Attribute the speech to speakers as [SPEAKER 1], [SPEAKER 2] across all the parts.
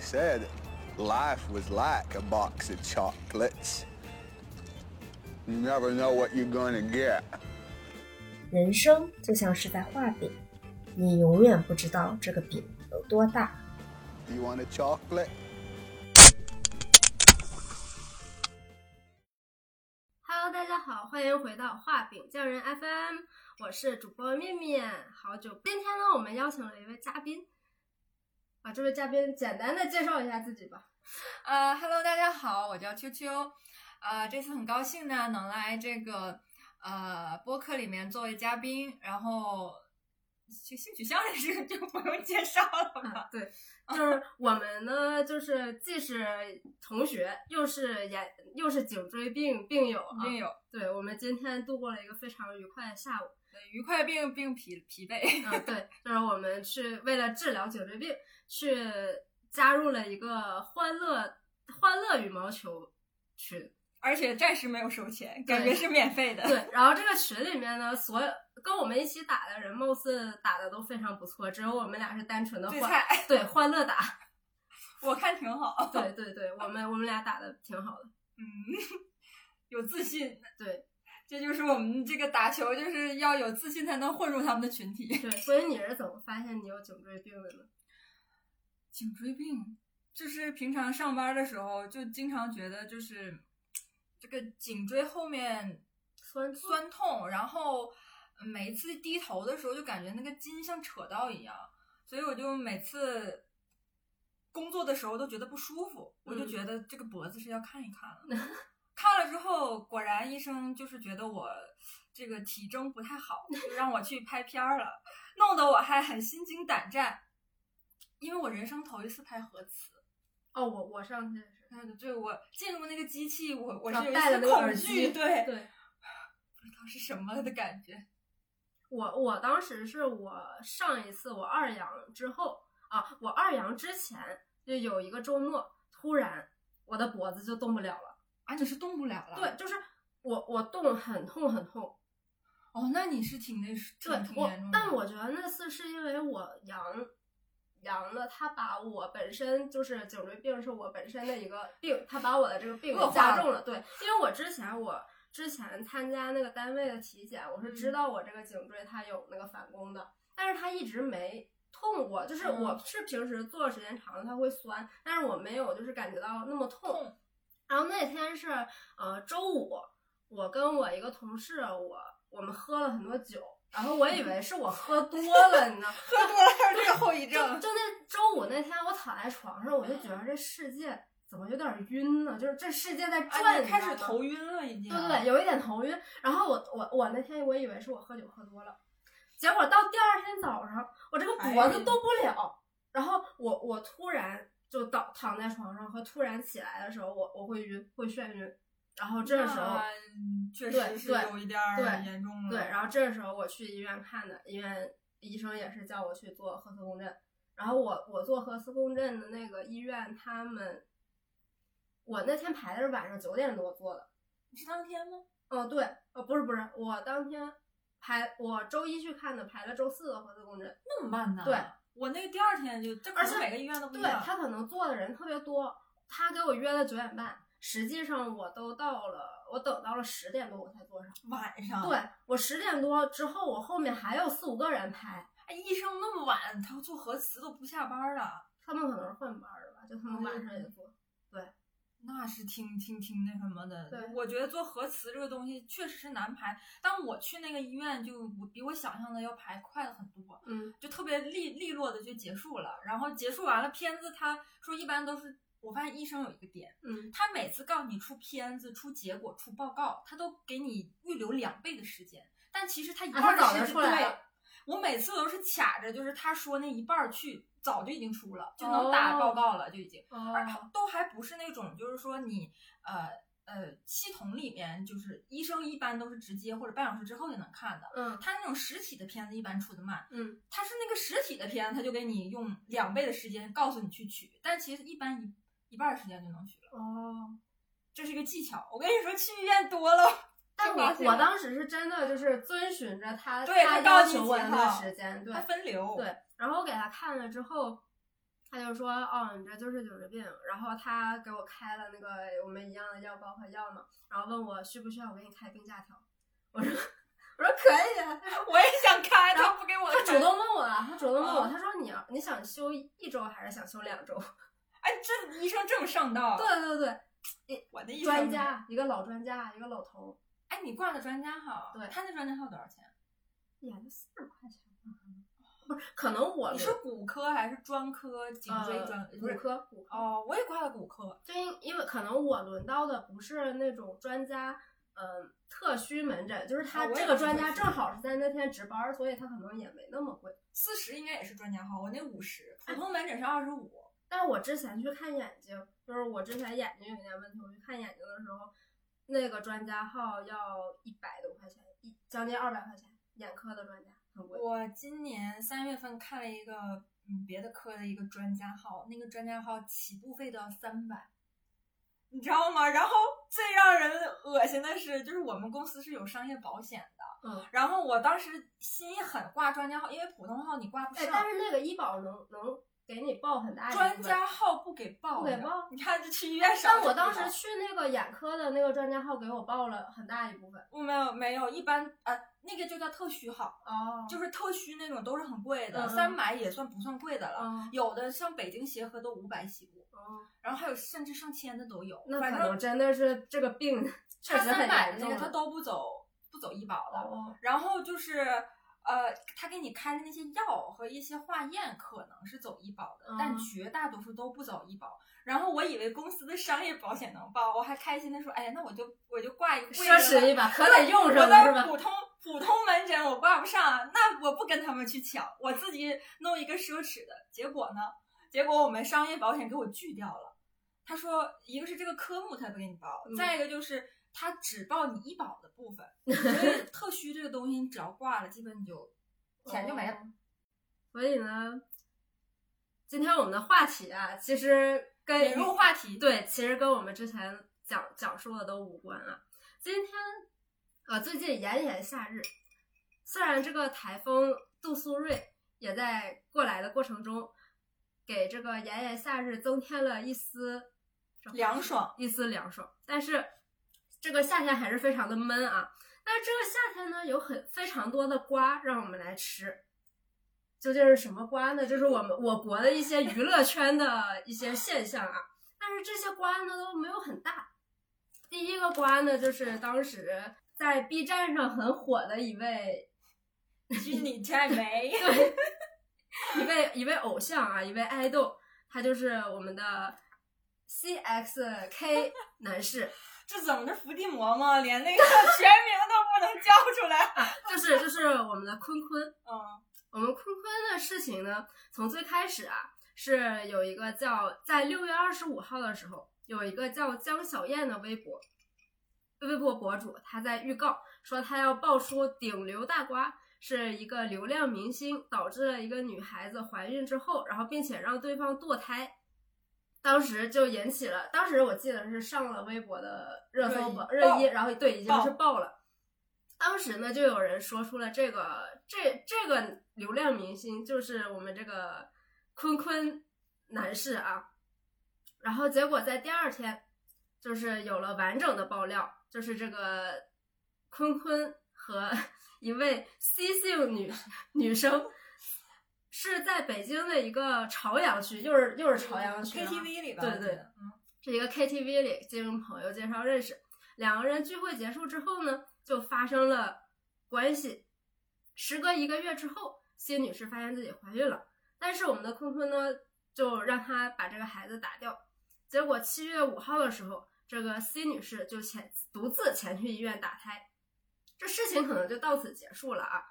[SPEAKER 1] said life was like a box of chocolates. You never know what you're gonna get.
[SPEAKER 2] 人生就像是在画饼，你永远不知道这个饼有多大。
[SPEAKER 1] You want a chocolate?
[SPEAKER 3] Hello，大家好，欢迎回到画饼匠人 FM，我是主播面面，好久不。今天呢，我们邀请了一位嘉宾，啊，这位嘉宾简单的介绍一下自己吧。
[SPEAKER 4] 呃哈喽，大家好，我叫秋秋，呃，这次很高兴呢，能来这个呃播客里面作为嘉宾，然后性性取向的事情 就不用介绍了吧。
[SPEAKER 3] 啊，对，就是我们呢，就是既是同学，又是研，又是颈椎病病友啊。
[SPEAKER 4] 病友，
[SPEAKER 3] 对，我们今天度过了一个非常愉快的下午。
[SPEAKER 4] 对愉快并并疲疲惫，
[SPEAKER 3] 啊，对，就是我们去为了治疗颈椎病，去加入了一个欢乐欢乐羽毛球群。
[SPEAKER 4] 而且暂时没有收钱，感
[SPEAKER 3] 对
[SPEAKER 4] 觉是免 费的。
[SPEAKER 3] 对，然后这个群里面呢，所有跟我们一起打的人，貌似打的都非常不错，只有我们俩是单纯的
[SPEAKER 4] 对
[SPEAKER 3] 欢，
[SPEAKER 4] 菜，
[SPEAKER 3] 对欢乐打。
[SPEAKER 4] 我看挺好。
[SPEAKER 3] 对对对，我们我们俩打的挺好的。
[SPEAKER 4] 嗯，有自信，
[SPEAKER 3] 对
[SPEAKER 4] 这就是我们这个打球就是要有自信才能混入他们的群体。
[SPEAKER 3] 对，所以你是怎么发现你有颈椎病的呢？
[SPEAKER 4] 颈椎病，就是平常上班的时候就经常觉得就是这个颈椎后面
[SPEAKER 3] 酸痛
[SPEAKER 4] 酸痛，然后每一次低头的时候就感觉那个筋像扯到一样，所以我就每次工作的时候都觉得不舒服，我就
[SPEAKER 3] 嗯
[SPEAKER 4] 觉得这个脖子是要看一 看了。看了之后，果然医生就是觉得我这个体征不太好，就让我去拍片儿了，弄得我还很心惊胆战，因为我人生头一次拍核磁。
[SPEAKER 3] 哦，我我上次也是，
[SPEAKER 4] 嗯，对我进入那个机器，我我
[SPEAKER 3] 然
[SPEAKER 4] 是
[SPEAKER 3] 后
[SPEAKER 4] 有一
[SPEAKER 3] 戴了
[SPEAKER 4] 丝
[SPEAKER 3] 那个
[SPEAKER 4] 恐
[SPEAKER 3] 耳
[SPEAKER 4] 惧，
[SPEAKER 3] 机，
[SPEAKER 4] 对，
[SPEAKER 3] 对。
[SPEAKER 4] 不知道是什么的感觉。
[SPEAKER 3] 我我当时是我上一次我二阳之后啊，我二阳之前就有一个周末，突然我的脖子就动不了了。
[SPEAKER 4] 啊，你是动不了了。
[SPEAKER 3] 对，，就是我我动很痛很痛。
[SPEAKER 4] 哦，那你是挺那是挺
[SPEAKER 3] 对
[SPEAKER 4] 挺
[SPEAKER 3] 我
[SPEAKER 4] 严重，的。
[SPEAKER 3] 但我觉得那次是因为我阳阳了，他把我本身就是颈椎病是我本身的一个病，他把我的这个病
[SPEAKER 4] 恶
[SPEAKER 3] 给
[SPEAKER 4] 化
[SPEAKER 3] 加
[SPEAKER 4] 了
[SPEAKER 3] 重了。对，因为我之前我。之前参加那个单位的体检，我是知
[SPEAKER 4] 嗯
[SPEAKER 3] 道我这个颈椎它有那个反弓的，但是它一直没痛过，就是
[SPEAKER 4] 嗯
[SPEAKER 3] 我是平时坐的时间长了它会酸，但是我没有就是感觉到那么
[SPEAKER 4] 痛
[SPEAKER 3] 然后那天是呃周五，我跟我一个同事，我我们喝了很多酒，然后我以为是我喝多了，你知道。
[SPEAKER 4] 喝多了还有这个后遗
[SPEAKER 3] 就
[SPEAKER 4] 症。
[SPEAKER 3] 就那周五那天，我躺在床上，我就觉得这世界怎么有点晕呢？就是这世界在
[SPEAKER 4] 啊，
[SPEAKER 3] 转，
[SPEAKER 4] 你开
[SPEAKER 3] 你
[SPEAKER 4] 始
[SPEAKER 3] 知道吗
[SPEAKER 4] 头晕了，已经。
[SPEAKER 3] 对对，有一点头晕。然后我我我那天我以为是我喝酒喝多了，结果到第二天早上，我这个脖子
[SPEAKER 4] 哎
[SPEAKER 3] 动不了。然后我我突然就倒躺在床上和突然起来的时候，我我会晕，会眩晕。然后这时候，
[SPEAKER 4] 那嗯确
[SPEAKER 3] 对
[SPEAKER 4] 实是
[SPEAKER 3] 对
[SPEAKER 4] 有一点儿
[SPEAKER 3] 对
[SPEAKER 4] 严重了。
[SPEAKER 3] 对，然后这时候我去医院看的，医院医生也是叫我去做核磁共振。然后我我做核磁共振的那个医院，他们，我那天排的是晚上九点多做的。
[SPEAKER 4] 你是当天吗？
[SPEAKER 3] 哦，对，哦，不是不是，我当天排我周一去看的，排了周四的核磁共振。
[SPEAKER 4] 那么慢呢？
[SPEAKER 3] 对，
[SPEAKER 4] 我那个第二天就，这可
[SPEAKER 3] 而
[SPEAKER 4] 能
[SPEAKER 3] 且
[SPEAKER 4] 每个医院都不一
[SPEAKER 3] 对
[SPEAKER 4] 样。
[SPEAKER 3] 他可能做的人特别多，他给我约了九点半，实际上我都到了，我等到了十点多我才坐上。
[SPEAKER 4] 晚上。
[SPEAKER 3] 对我十点多之后，我后面还有四五个人排，
[SPEAKER 4] 哎，医生那么晚，他做核磁都不下班儿了，
[SPEAKER 3] 他们可能是换班儿的吧，就他们晚上也做。
[SPEAKER 4] 哦那是挺挺挺那什么的。
[SPEAKER 3] 对
[SPEAKER 4] 我觉得做核磁这个东西确实是难排，但我去那个医院就我比我想象的要排快了很多。
[SPEAKER 3] 嗯，
[SPEAKER 4] 就特别利利落的就结束了。然后结束完了，片子他说一般都是，我发现医生有一个点，
[SPEAKER 3] 嗯，
[SPEAKER 4] 他每次告诉你出片子、出结果、出报告，他都给你预留两倍的时间，但其实他一
[SPEAKER 3] 啊
[SPEAKER 4] 半
[SPEAKER 3] 他
[SPEAKER 4] 儿的
[SPEAKER 3] 早
[SPEAKER 4] 时
[SPEAKER 3] 就
[SPEAKER 4] 间、
[SPEAKER 3] 出来了
[SPEAKER 4] 对。我每次都是卡着，就是他说那一半儿去，早就已经出了，就能打
[SPEAKER 3] 哦
[SPEAKER 4] 报告了，就已经。 而
[SPEAKER 3] 哦，
[SPEAKER 4] 都还不是那种，就是说你呃呃系统里面，就是医生一般都是直接或者半小时之后就能看的。
[SPEAKER 3] 嗯
[SPEAKER 4] 他那种实体的片子一般出的慢，
[SPEAKER 3] 嗯，
[SPEAKER 4] 他是那个实体的片，他就给你用两倍的时间告诉你去取，但其实一般一一半儿时间就能取了，
[SPEAKER 3] 哦，
[SPEAKER 4] 这是一个技巧。我跟你说，去医院多了，
[SPEAKER 3] 但
[SPEAKER 4] 就发
[SPEAKER 3] 我
[SPEAKER 4] 现
[SPEAKER 3] 我
[SPEAKER 4] 了
[SPEAKER 3] 当时是真的就是遵循着他
[SPEAKER 4] 对
[SPEAKER 3] 他
[SPEAKER 4] 他告
[SPEAKER 3] 要
[SPEAKER 4] 诉你
[SPEAKER 3] 求我
[SPEAKER 4] 几
[SPEAKER 3] 的那个
[SPEAKER 4] 号
[SPEAKER 3] 时间，对
[SPEAKER 4] 它，分流，
[SPEAKER 3] 对，然后我给他看了之后，他就说哦，你这就是酒质病。然后他给我开了那个我们一样的药包和药嘛，然后问我需不需要我给你开病假条。我说我说可以啊，
[SPEAKER 4] 我也想开，
[SPEAKER 3] 然后
[SPEAKER 4] 他不给我
[SPEAKER 3] 他
[SPEAKER 4] 开
[SPEAKER 3] 主动问我了，他主动问我，
[SPEAKER 4] 哦
[SPEAKER 3] 他说你要你想休一周还是想休两 周？
[SPEAKER 4] 哎，这医生这么上道？
[SPEAKER 3] 对对对，
[SPEAKER 4] 我的医生
[SPEAKER 3] 专。家一个老专家，一个老头儿，
[SPEAKER 4] 哎，你挂的专家号，
[SPEAKER 3] 对
[SPEAKER 4] 他那专家号多少钱？啊
[SPEAKER 3] 一眼就哎四十块钱啊吧，不是，可能我
[SPEAKER 4] 你是骨科还是专科？颈椎专、
[SPEAKER 3] 呃
[SPEAKER 4] 不
[SPEAKER 3] 骨
[SPEAKER 4] 是？
[SPEAKER 3] 科骨科，
[SPEAKER 4] 哦，我也挂了骨科。
[SPEAKER 3] 就因因为可能我轮到的不是那种专家，呃，特需门诊，就是
[SPEAKER 4] 啊
[SPEAKER 3] 他
[SPEAKER 4] 我也
[SPEAKER 3] 这个
[SPEAKER 4] 是
[SPEAKER 3] 专家
[SPEAKER 4] 特需
[SPEAKER 3] 正好是在那天值班儿，所以他可能也没那么贵。
[SPEAKER 4] 四十应该也是专家号，我那五十，普通门诊是二十五。
[SPEAKER 3] 但是我之前去看眼睛，就是我之前眼睛有点问题，我去看眼睛的时候，那个专家号要一百多块钱，一将近二百块钱，眼科的专家很贵。
[SPEAKER 4] 我今年三月份看了一个嗯别的科的一个专家号，那个专家号起步费都要三百，你知道吗？然后最让人恶心的是，就是我们公司是有商业保险的，
[SPEAKER 3] 嗯，
[SPEAKER 4] 然后我当时心一狠挂专家号，因为普通号你挂不
[SPEAKER 3] 哎，
[SPEAKER 4] 上，
[SPEAKER 3] 但是那个医保能能给你报很大一部分
[SPEAKER 4] 啊专家号不给报，
[SPEAKER 3] 不给报。
[SPEAKER 4] 你看这去医院少这
[SPEAKER 3] 但
[SPEAKER 4] 地方。
[SPEAKER 3] 我当时去那个眼科的那个专家号给我报了很大一部分
[SPEAKER 4] 我没有没有，一般呃那个就叫特需号，
[SPEAKER 3] 哦
[SPEAKER 4] 就是特需那种都是很贵的，
[SPEAKER 3] 嗯
[SPEAKER 4] 三百也算不算贵的了。
[SPEAKER 3] 哦
[SPEAKER 4] 有的像北京协和都五百起步，
[SPEAKER 3] 哦，
[SPEAKER 4] 然后还有甚至上千的都有。
[SPEAKER 3] 那
[SPEAKER 4] 反
[SPEAKER 3] 可
[SPEAKER 4] 正
[SPEAKER 3] 能真的是这个病 确实
[SPEAKER 4] 三
[SPEAKER 3] 很
[SPEAKER 4] 百
[SPEAKER 3] 严
[SPEAKER 4] 的
[SPEAKER 3] 重
[SPEAKER 4] 那个
[SPEAKER 3] 了。
[SPEAKER 4] 他都不走不走医保的。
[SPEAKER 3] 哦
[SPEAKER 4] 然后就是呃，他给你开的那些药和一些化验可能是走医保的，
[SPEAKER 3] 嗯
[SPEAKER 4] 但绝大多数都不走医保。然后我以为公司的商业保险能报，我还开心的说，哎呀，那我就我就挂一个贵
[SPEAKER 3] 奢侈
[SPEAKER 4] 的吧
[SPEAKER 3] 一把，可得用
[SPEAKER 4] 我
[SPEAKER 3] 上了
[SPEAKER 4] 在
[SPEAKER 3] 是吧？
[SPEAKER 4] 普通普通门诊我挂不上，啊那我不跟他们去抢，我自己弄一个奢侈的。结果呢？结果我们商业保险给我拒掉了。他说，一个是这个科目他不给你报，
[SPEAKER 3] 嗯
[SPEAKER 4] 再一个就是他只报你医保的部分，所 以特需这个东西你只要挂了，基本你就 钱就没了。
[SPEAKER 3] 哦所以呢，今天我们的话题啊，其实跟
[SPEAKER 4] 引入话题，
[SPEAKER 3] 对，其实跟我们之前讲讲述的都无关啊。今天呃，最近炎炎夏日，虽然这个台风杜苏芮也在过来的过程中，给这个炎炎夏日增添了一丝这
[SPEAKER 4] 凉爽，
[SPEAKER 3] 一丝凉爽，但是这个夏天还是非常的闷啊。但是这个夏天呢，有很非常多的瓜让我们来吃。究竟是什么瓜呢？这是我们我国的一些娱乐圈的一些现象啊。但是这些瓜呢都没有很大。第一个瓜呢，就是当时在 B 站上很火的一位
[SPEAKER 4] 其实你太没。
[SPEAKER 3] 一位一位偶像啊，一位爱豆，他就是我们的 CXK 男士。
[SPEAKER 4] 这怎么着伏地魔吗？连那个全名都不能叫出来。
[SPEAKER 3] 就是就是我们的坤坤，
[SPEAKER 4] 嗯，
[SPEAKER 3] 我们坤坤的事情呢，从最开始啊，是有一个叫在六月二十五号的时候，有一个叫江小燕的微博，微博博主，她在预告说她要爆出顶流大瓜。是一个流量明星导致了一个女孩子怀孕之后，然后并且让对方堕胎，当时就引起了，当时我记得是上了微博的热搜榜
[SPEAKER 4] 热议
[SPEAKER 3] 热
[SPEAKER 4] 爆
[SPEAKER 3] 议，然后对已经
[SPEAKER 4] 爆
[SPEAKER 3] 是爆了。当时呢，就有人说出了这个这这个流量明星就是我们这个坤坤男士啊，然后结果在第二天就是有了完整的爆料，就是这个坤坤和一位 C 姓女女生是在北京的一个朝阳区，又是又是朝阳区、啊、
[SPEAKER 4] KTV 里吧。
[SPEAKER 3] 对
[SPEAKER 4] 我记
[SPEAKER 3] 对
[SPEAKER 4] 得
[SPEAKER 3] 是一个 KTV 里经朋友介绍认识，两个人聚会结束之后呢，就发生了关系。时隔一个月之后，C 女士发现自己怀孕了，但是我们的坤坤呢，就让她把这个孩子打掉。结果七月五号的时候，这个 C 女士就前独自前去医院打胎，这事情可能就到此结束了啊。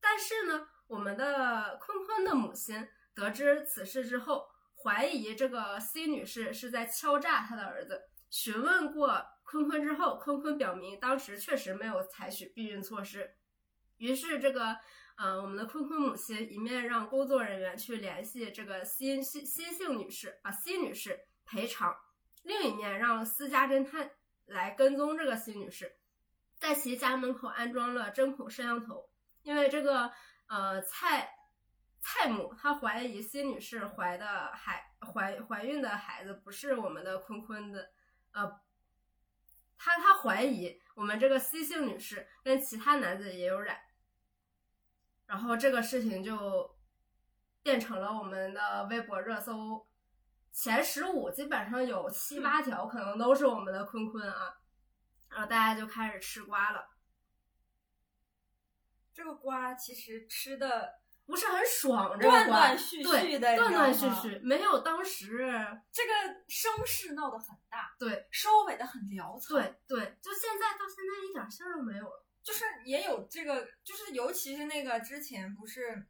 [SPEAKER 3] 但是呢，我们的坤坤的母亲得知此事之后，怀疑这个 C 女士是在敲诈她的儿子。询问过坤坤之后，坤坤表明当时确实没有采取避孕措施。于是这个呃，我们的坤坤母亲一面让工作人员去联系这个 C C C 姓女士啊 C 女士赔偿，另一面让私家侦探来跟踪这个 C 女士，在其家门口安装了针孔摄像头，因为这个呃蔡蔡母她怀疑新女士怀的孩怀怀孕的孩子不是我们的坤坤的，呃，她她怀疑我们这个 C 姓女士跟其他男子也有染，然后这个事情就变成了我们的微博热搜前十五，基本上有七八条可能都是我们的坤坤啊，然后大家就开始吃瓜了，
[SPEAKER 4] 这个瓜其实吃的，
[SPEAKER 3] 不是很爽，这个瓜
[SPEAKER 4] 断断续续
[SPEAKER 3] 对
[SPEAKER 4] 的你知道
[SPEAKER 3] 断断续
[SPEAKER 4] 吗
[SPEAKER 3] 续，没有当时。
[SPEAKER 4] 这个声势闹得很大，
[SPEAKER 3] 对，
[SPEAKER 4] 收尾的很潦草，
[SPEAKER 3] 对对，就现在到现在一点信儿都没有了。
[SPEAKER 4] 就是也有这个，就是尤其是那个之前不是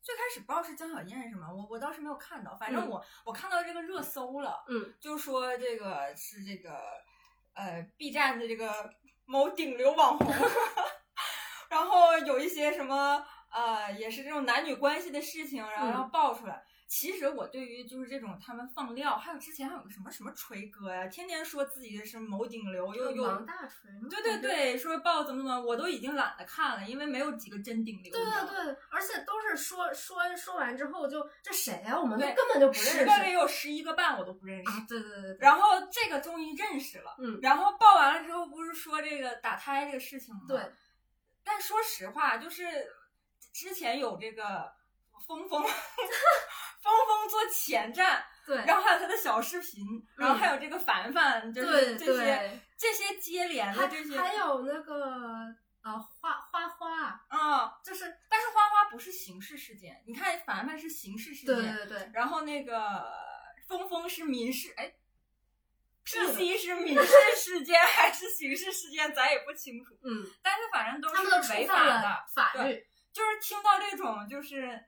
[SPEAKER 4] 最开始不知道是江小燕是吗？我我当时没有看到，反正我、我看到这个热搜了，
[SPEAKER 3] 嗯，
[SPEAKER 4] 就说这个是这个呃 B 站的这个某顶流网红， 然后有一些什么呃也是这种男女关系的事情，然后
[SPEAKER 3] 嗯
[SPEAKER 4] 要爆出来。其实我对于就是这种他们放料，还有之前还有个什么什么锤哥呀，天天说自己是某顶流，又又
[SPEAKER 3] 王大锤吗？
[SPEAKER 4] 对对对，说报怎么怎么，我都已经懒得看了，因为没有几个真顶流。
[SPEAKER 3] 对
[SPEAKER 4] 你知道吗
[SPEAKER 3] 对对，而且都是说说说完之后就这谁呀、我们都
[SPEAKER 4] 对
[SPEAKER 3] 根本就不
[SPEAKER 4] 十
[SPEAKER 3] 认
[SPEAKER 4] 个里
[SPEAKER 3] 识。
[SPEAKER 4] 有十一个半我都不认识。
[SPEAKER 3] 啊，对对对对。
[SPEAKER 4] 然后这个终于认识了，
[SPEAKER 3] 嗯，
[SPEAKER 4] 然后报完了之后不是说这个打胎这个事情吗？
[SPEAKER 3] 对。
[SPEAKER 4] 但说实话，就是之前有这个 峰峰，峰峰做前站，
[SPEAKER 3] 对，
[SPEAKER 4] 然后还有他的小视频，然后
[SPEAKER 3] 嗯
[SPEAKER 4] 还有这个凡凡，就是
[SPEAKER 3] 对
[SPEAKER 4] 这些
[SPEAKER 3] 对，
[SPEAKER 4] 这些接连的
[SPEAKER 3] 还
[SPEAKER 4] 这些，
[SPEAKER 3] 还有那个呃花花花，
[SPEAKER 4] 嗯，
[SPEAKER 3] 就是
[SPEAKER 4] 但是花花不是刑事事件，你看凡凡是刑事事件，
[SPEAKER 3] 对对对
[SPEAKER 4] 然后那个峰峰是民事，哎
[SPEAKER 3] 是的
[SPEAKER 4] ，PC 是民事事件 还是刑事事件，咱也不清楚。
[SPEAKER 3] 嗯，
[SPEAKER 4] 但是反正都
[SPEAKER 3] 他们都
[SPEAKER 4] 是
[SPEAKER 3] 触
[SPEAKER 4] 违
[SPEAKER 3] 犯
[SPEAKER 4] 法
[SPEAKER 3] 了
[SPEAKER 4] 的，
[SPEAKER 3] 法
[SPEAKER 4] 对
[SPEAKER 3] 律，
[SPEAKER 4] 就是听到这种就是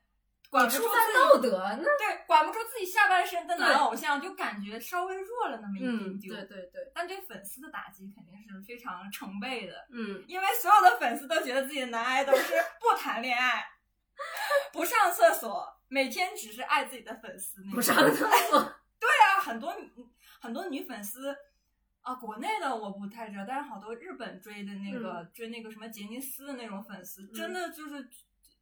[SPEAKER 4] 管
[SPEAKER 3] 你
[SPEAKER 4] 不
[SPEAKER 3] 触
[SPEAKER 4] 住
[SPEAKER 3] 犯
[SPEAKER 4] 自
[SPEAKER 3] 道
[SPEAKER 4] 己，
[SPEAKER 3] 德，那
[SPEAKER 4] 对，管不住自己下半身的男
[SPEAKER 3] 对
[SPEAKER 4] 偶像，就感觉稍微弱了那么一
[SPEAKER 3] 嗯，
[SPEAKER 4] 丢丢。
[SPEAKER 3] 对对对，
[SPEAKER 4] 但对粉丝的打击肯定是非常成倍的。
[SPEAKER 3] 嗯，
[SPEAKER 4] 因为所有的粉丝都觉得自己的男爱豆是不谈恋爱、 不上厕所，每天只是爱自己的粉丝那
[SPEAKER 3] 不
[SPEAKER 4] 种。
[SPEAKER 3] 上厕所，
[SPEAKER 4] 对啊，很多很多女粉丝啊，国内的我不太知道，但是好多日本追的那个、追那个什么杰尼斯的那种粉丝，真的就是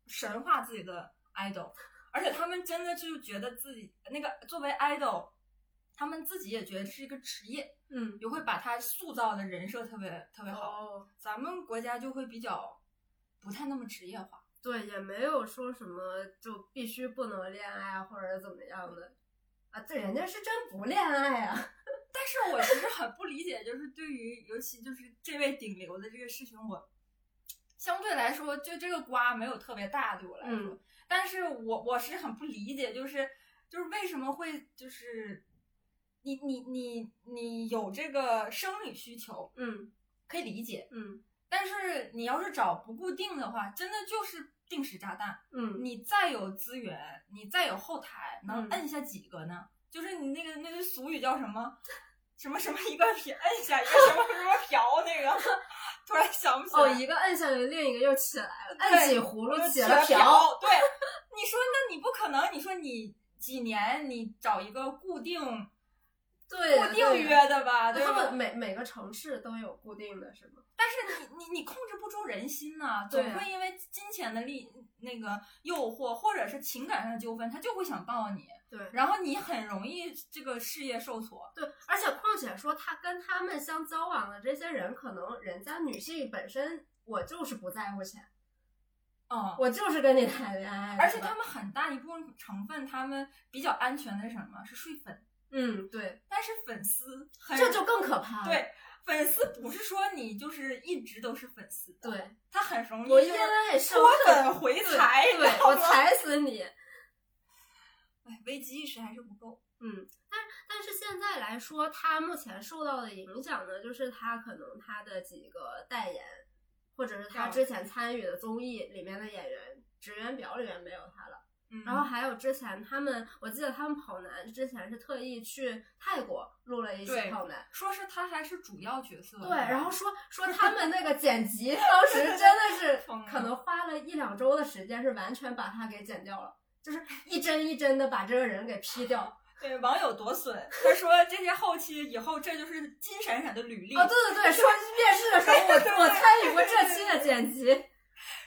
[SPEAKER 4] 神话自己的 idol，而且他们真的就是觉得自己那个作为 idol，他们自己也觉得是一个职业，
[SPEAKER 3] 嗯，
[SPEAKER 4] 也会把他塑造的人设特别特别好。
[SPEAKER 3] 哦，
[SPEAKER 4] 咱们国家就会比较不太那么职业化。
[SPEAKER 3] 对，也没有说什么就必须不能恋爱啊或者怎么样的啊，这人家是真不恋爱啊。
[SPEAKER 4] 但是我其实很不理解，就是对于尤其就是这位顶流的这个事情，我相对来说就这个瓜没有特别大，对我来说。
[SPEAKER 3] 嗯
[SPEAKER 4] 但是我我是很不理解，就是就是为什么会就是你你你你有这个生理需求
[SPEAKER 3] 嗯
[SPEAKER 4] 可以理解，
[SPEAKER 3] 嗯
[SPEAKER 4] 但是你要是找不固定的话，真的就是定时炸弹。
[SPEAKER 3] 嗯，
[SPEAKER 4] 你再有资源，你再有后台，能
[SPEAKER 3] 嗯
[SPEAKER 4] 摁下几个呢？就是你那个那个俗语叫什么？什么什么一个瓢摁下一个什么什么瓢那个，突然想不起来。
[SPEAKER 3] 哦，一个摁下来，另一个又起来了，摁起葫芦
[SPEAKER 4] 起
[SPEAKER 3] 起了瓢。
[SPEAKER 4] 瓢。对，你说那你不可能，你说你几年你找一个固定
[SPEAKER 3] 对呀，
[SPEAKER 4] 固
[SPEAKER 3] 对
[SPEAKER 4] 定
[SPEAKER 3] 呀
[SPEAKER 4] 约的吧，对
[SPEAKER 3] 他
[SPEAKER 4] 吧
[SPEAKER 3] 们？每每个城市都有固定的，是吗？
[SPEAKER 4] 但是你你你控制不住人心呐、
[SPEAKER 3] 对
[SPEAKER 4] 总
[SPEAKER 3] 啊
[SPEAKER 4] 会因为金钱的利那个诱惑，或者是情感上的纠纷，他就会想抱你。
[SPEAKER 3] 对
[SPEAKER 4] 然后你很容易这个事业受挫。
[SPEAKER 3] 对，而且况且说他跟他们相交往的这些人，可能人家女性本身，我就是不在乎钱，
[SPEAKER 4] 嗯，
[SPEAKER 3] 我就是跟你谈恋爱，
[SPEAKER 4] 而且
[SPEAKER 3] 对吧
[SPEAKER 4] 他们很大一部分成分，他们比较安全的是什么？是睡粉。
[SPEAKER 3] 嗯，对，
[SPEAKER 4] 但是粉丝很
[SPEAKER 3] 这就更可怕了。
[SPEAKER 4] 对粉丝不是说你就是一直都是粉丝的，
[SPEAKER 3] 对，
[SPEAKER 4] 他很容易
[SPEAKER 3] 我
[SPEAKER 4] 就
[SPEAKER 3] 因
[SPEAKER 4] 是
[SPEAKER 3] 为生
[SPEAKER 4] 脱
[SPEAKER 3] 恨
[SPEAKER 4] 粉回踩，
[SPEAKER 3] 对，
[SPEAKER 4] 你知
[SPEAKER 3] 对
[SPEAKER 4] 道
[SPEAKER 3] 我
[SPEAKER 4] 吗
[SPEAKER 3] 踩死你。
[SPEAKER 4] 哎，危机意识还是不够。
[SPEAKER 3] 嗯，但但是现在来说，他目前受到的影响呢，就是他可能他的几个代言，或者是他
[SPEAKER 4] 对
[SPEAKER 3] 之前参与的综艺里面的演员职员表里面没有他了。
[SPEAKER 4] 嗯，
[SPEAKER 3] 然后还有之前他们，我记得他们跑男之前是特意去泰国录了一期
[SPEAKER 4] 对
[SPEAKER 3] 跑男，
[SPEAKER 4] 说是他还是主要角色，
[SPEAKER 3] 对，然后说说他们那个剪辑当时真的是
[SPEAKER 4] 疯了
[SPEAKER 3] 可能花了一两周的时间，是完全把他给剪掉了，就是一帧一帧的把这个人给 P 掉。哦
[SPEAKER 4] 对网友多损，他说这些后期以后这就是金闪闪的履历，
[SPEAKER 3] 哦，对对对，说面试的时候，我我参与过这期的剪辑。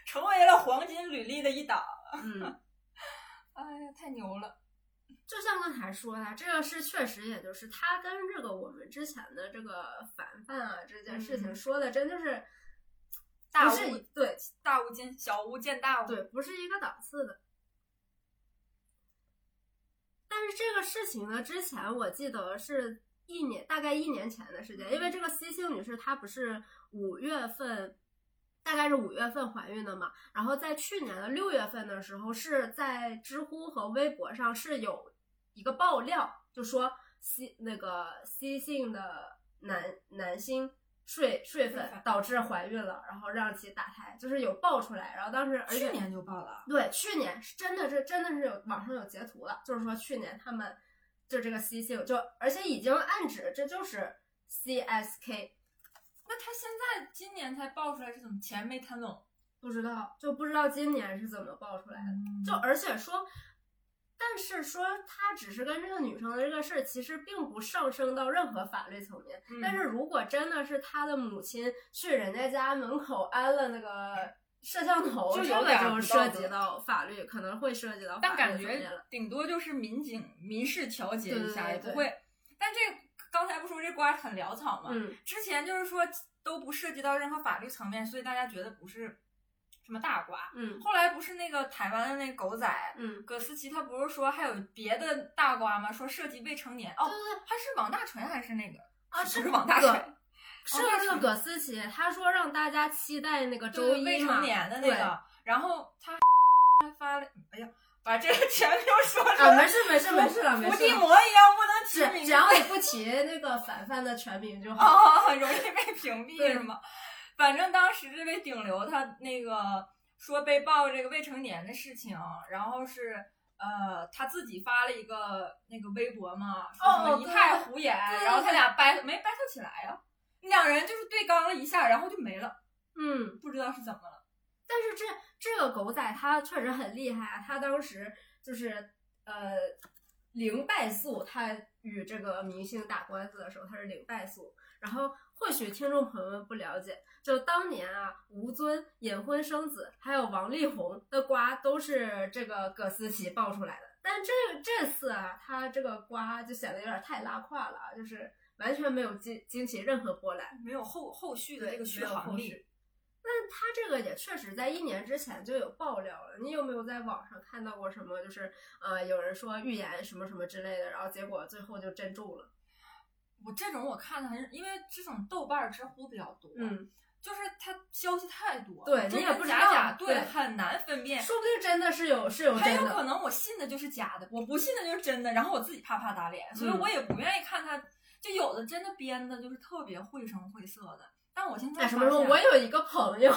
[SPEAKER 4] 成为了黄金履历的一档。哎
[SPEAKER 3] 嗯，
[SPEAKER 4] 呀，太牛了。
[SPEAKER 3] 就像刚才说的，啊这个是确实，也就是他跟这个我们之前的这个凡凡啊这件事情
[SPEAKER 4] 嗯
[SPEAKER 3] 说的，真的是
[SPEAKER 4] 大
[SPEAKER 3] 不是
[SPEAKER 4] 巫
[SPEAKER 3] 一对
[SPEAKER 4] 大巫见小巫见大巫，
[SPEAKER 3] 对，不是一个档次的。但是这个事情呢，之前我记得是一年，大概一年前的事情，因为这个 C 姓女士她不是五月份，大概是五月份怀孕的嘛，然后在去年的六月份的时候，是在知乎和微博上是有一个爆料，就说 C 那个 C 姓的男男星睡睡
[SPEAKER 4] 睡
[SPEAKER 3] 粉
[SPEAKER 4] 粉
[SPEAKER 3] 导致怀孕了，然后让其打胎，就是有爆出来，然后当时而且
[SPEAKER 4] 去年就报了，
[SPEAKER 3] 对，去年是真的是真的是有网上有截图了，就是说去年他们就这个 C 姓就，而且已经暗指这就是 CSK，
[SPEAKER 4] 那他现在今年才爆出来是怎么？钱没谈拢，
[SPEAKER 3] 不知道就不知道今年是怎么爆出来的。
[SPEAKER 4] 嗯
[SPEAKER 3] 就而且说，但是说他只是跟这个女生的这个事儿，其实并不上升到任何法律层面。
[SPEAKER 4] 嗯
[SPEAKER 3] 但是如果真的是他的母亲去人家家门口安了那个摄像头，
[SPEAKER 4] 就
[SPEAKER 3] 这
[SPEAKER 4] 有
[SPEAKER 3] 个
[SPEAKER 4] 点儿
[SPEAKER 3] 就
[SPEAKER 4] 不
[SPEAKER 3] 涉
[SPEAKER 4] 道
[SPEAKER 3] 及
[SPEAKER 4] 德
[SPEAKER 3] 到法律，可能会涉及到
[SPEAKER 4] 但
[SPEAKER 3] 法律
[SPEAKER 4] 感
[SPEAKER 3] 层面了
[SPEAKER 4] 觉。顶多就是民警民事调解一
[SPEAKER 3] 对
[SPEAKER 4] 下，
[SPEAKER 3] 对
[SPEAKER 4] 也不
[SPEAKER 3] 对
[SPEAKER 4] 会。但这刚才不说这瓜很潦草吗？
[SPEAKER 3] 嗯，
[SPEAKER 4] 之前就是说都不涉及到任何法律层面，所以大家觉得不是什么大瓜。
[SPEAKER 3] 嗯
[SPEAKER 4] 后来不是那个台湾的那个狗仔。
[SPEAKER 3] 嗯，
[SPEAKER 4] 葛思琪他不是说还有别的大瓜吗？说涉及未成年
[SPEAKER 3] 对
[SPEAKER 4] 哦，
[SPEAKER 3] 对
[SPEAKER 4] 他是王大锤还是那个
[SPEAKER 3] 啊
[SPEAKER 4] 是不
[SPEAKER 3] 是
[SPEAKER 4] 是王大锤？
[SPEAKER 3] 葛是
[SPEAKER 4] 哦
[SPEAKER 3] 那个葛思琪，他说让大家期待那个
[SPEAKER 4] 就
[SPEAKER 3] 周
[SPEAKER 4] 是
[SPEAKER 3] 一
[SPEAKER 4] 未
[SPEAKER 3] 嘛
[SPEAKER 4] 成年的那
[SPEAKER 3] 对
[SPEAKER 4] 个，然后他他发了，哎呀，把这个全名说出
[SPEAKER 3] 啊，
[SPEAKER 4] 来，
[SPEAKER 3] 没事没事没事了，没
[SPEAKER 4] 伏
[SPEAKER 3] 事
[SPEAKER 4] 地
[SPEAKER 3] 了。
[SPEAKER 4] 魔一样不能提
[SPEAKER 3] 只
[SPEAKER 4] 名，
[SPEAKER 3] 只要你不提那个凡凡的全名就好。
[SPEAKER 4] 哦，容易被屏蔽
[SPEAKER 3] 对
[SPEAKER 4] 是吗？反正当时这位顶流他那个说被曝这个未成年的事情，然后是呃他自己发了一个那个微博嘛，说什
[SPEAKER 3] 哦
[SPEAKER 4] 么一派胡言，
[SPEAKER 3] 对对
[SPEAKER 4] 然后他
[SPEAKER 3] 对
[SPEAKER 4] 俩掰没掰扯起来呀、两人就是对刚了一下，然后就没了，
[SPEAKER 3] 嗯，
[SPEAKER 4] 不知道是怎么了。
[SPEAKER 3] 但是这这个狗仔他确实很厉害啊，他当时就是呃零败诉，他与这个明星打官司的时候他是零败诉。然后或许听众朋友们不了解，就当年啊，吴尊隐婚生子，还有王力宏的瓜都是这个葛思琪爆出来的。但这这次啊，他这个瓜就显得有点太拉胯了，啊，就是完全没有激激起任何波澜。
[SPEAKER 4] 没有后后续的
[SPEAKER 3] 对，
[SPEAKER 4] 这个
[SPEAKER 3] 没
[SPEAKER 4] 续
[SPEAKER 3] 有
[SPEAKER 4] 航
[SPEAKER 3] 后
[SPEAKER 4] 力，
[SPEAKER 3] 续。但他这个也确实在一年之前就有爆料了。你有没有在网上看到过什么？就是呃，有人说预言什么什么之类的，然后结果最后就真中了。
[SPEAKER 4] 我这种我看的还是因为这种豆瓣儿、知乎比较多，，
[SPEAKER 3] 嗯，
[SPEAKER 4] 就是它消息太多，
[SPEAKER 3] 对
[SPEAKER 4] 真
[SPEAKER 3] 你也
[SPEAKER 4] 真
[SPEAKER 3] 不知
[SPEAKER 4] 假
[SPEAKER 3] 道
[SPEAKER 4] 假，
[SPEAKER 3] 对
[SPEAKER 4] 很难分辨。
[SPEAKER 3] 说不定真的是有是有
[SPEAKER 4] 很
[SPEAKER 3] 真
[SPEAKER 4] 有
[SPEAKER 3] 的。
[SPEAKER 4] 可能我信的就是假的，我不信的就是真的，然后我自己啪啪打脸，所以
[SPEAKER 3] 嗯
[SPEAKER 4] 我也不愿意看他。就有的真的编的，就是特别绘声绘色的。但我现在
[SPEAKER 3] 哎，
[SPEAKER 4] 发
[SPEAKER 3] 什
[SPEAKER 4] 现，
[SPEAKER 3] 么什么？我有一个朋友，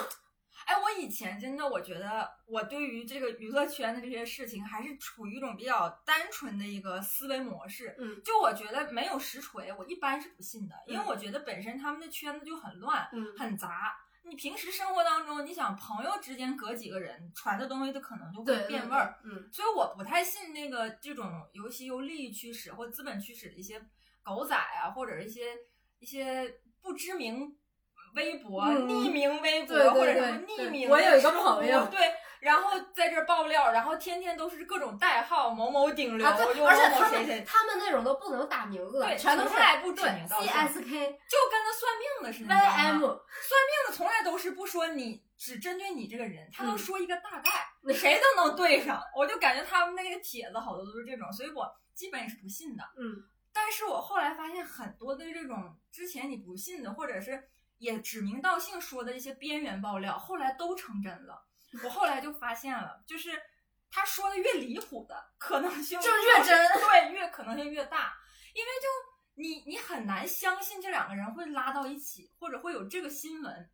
[SPEAKER 4] 哎，我以前真的我觉得我对于这个娱乐圈的这些事情，还是处于一种比较单纯的一个思维模式。
[SPEAKER 3] 嗯
[SPEAKER 4] 就我觉得没有实锤，我一般是不信的，因为
[SPEAKER 3] 嗯
[SPEAKER 4] 我觉得本身他们的圈子就很乱，
[SPEAKER 3] 嗯
[SPEAKER 4] 很杂。你平时生活当中，你想朋友之间隔几个人传的东西，它可能就
[SPEAKER 3] 对
[SPEAKER 4] 会变味儿。。
[SPEAKER 3] 对对嗯
[SPEAKER 4] 所以我不太信那个这种，尤其由利益驱使或资本驱使的一些狗仔啊，或者一些一些不知名微博、
[SPEAKER 3] 嗯
[SPEAKER 4] 匿名微博
[SPEAKER 3] 对对
[SPEAKER 4] 或者什么
[SPEAKER 3] 对
[SPEAKER 4] 匿名。
[SPEAKER 3] 对我有一个朋友
[SPEAKER 4] 对，然后在这儿爆料，然后天天都是各种代号，某某顶流，
[SPEAKER 3] 啊，对，
[SPEAKER 4] 又
[SPEAKER 3] 而
[SPEAKER 4] 某
[SPEAKER 3] 且
[SPEAKER 4] 某
[SPEAKER 3] 他
[SPEAKER 4] 谁
[SPEAKER 3] 们
[SPEAKER 4] 谁，
[SPEAKER 3] 他们那种都不能打名字的，
[SPEAKER 4] 嗯对
[SPEAKER 3] 全都
[SPEAKER 4] 从
[SPEAKER 3] 是
[SPEAKER 4] 来不指
[SPEAKER 3] 对
[SPEAKER 4] 名道姓嗯
[SPEAKER 3] CSK、
[SPEAKER 4] 就跟他算命的似的。你知道吗
[SPEAKER 3] VM，
[SPEAKER 4] 算命的从来都是不说你，只针对你这个人，他能
[SPEAKER 3] 嗯
[SPEAKER 4] 说一个大概，谁都能对上。我就感觉他们那个帖子好多都是这种，所以我基本也是不信的。
[SPEAKER 3] 嗯，
[SPEAKER 4] 但是我后来发现很多的这种之前你不信的，或者是也指名道姓说的一些边缘爆料，后来都成真了。我后来就发现了，就是他说的越离谱的，可能性
[SPEAKER 3] 就是越真，
[SPEAKER 4] 对，越可能性越大，因为就你你很难相信这两个人会拉到一起，或者会有这个新闻，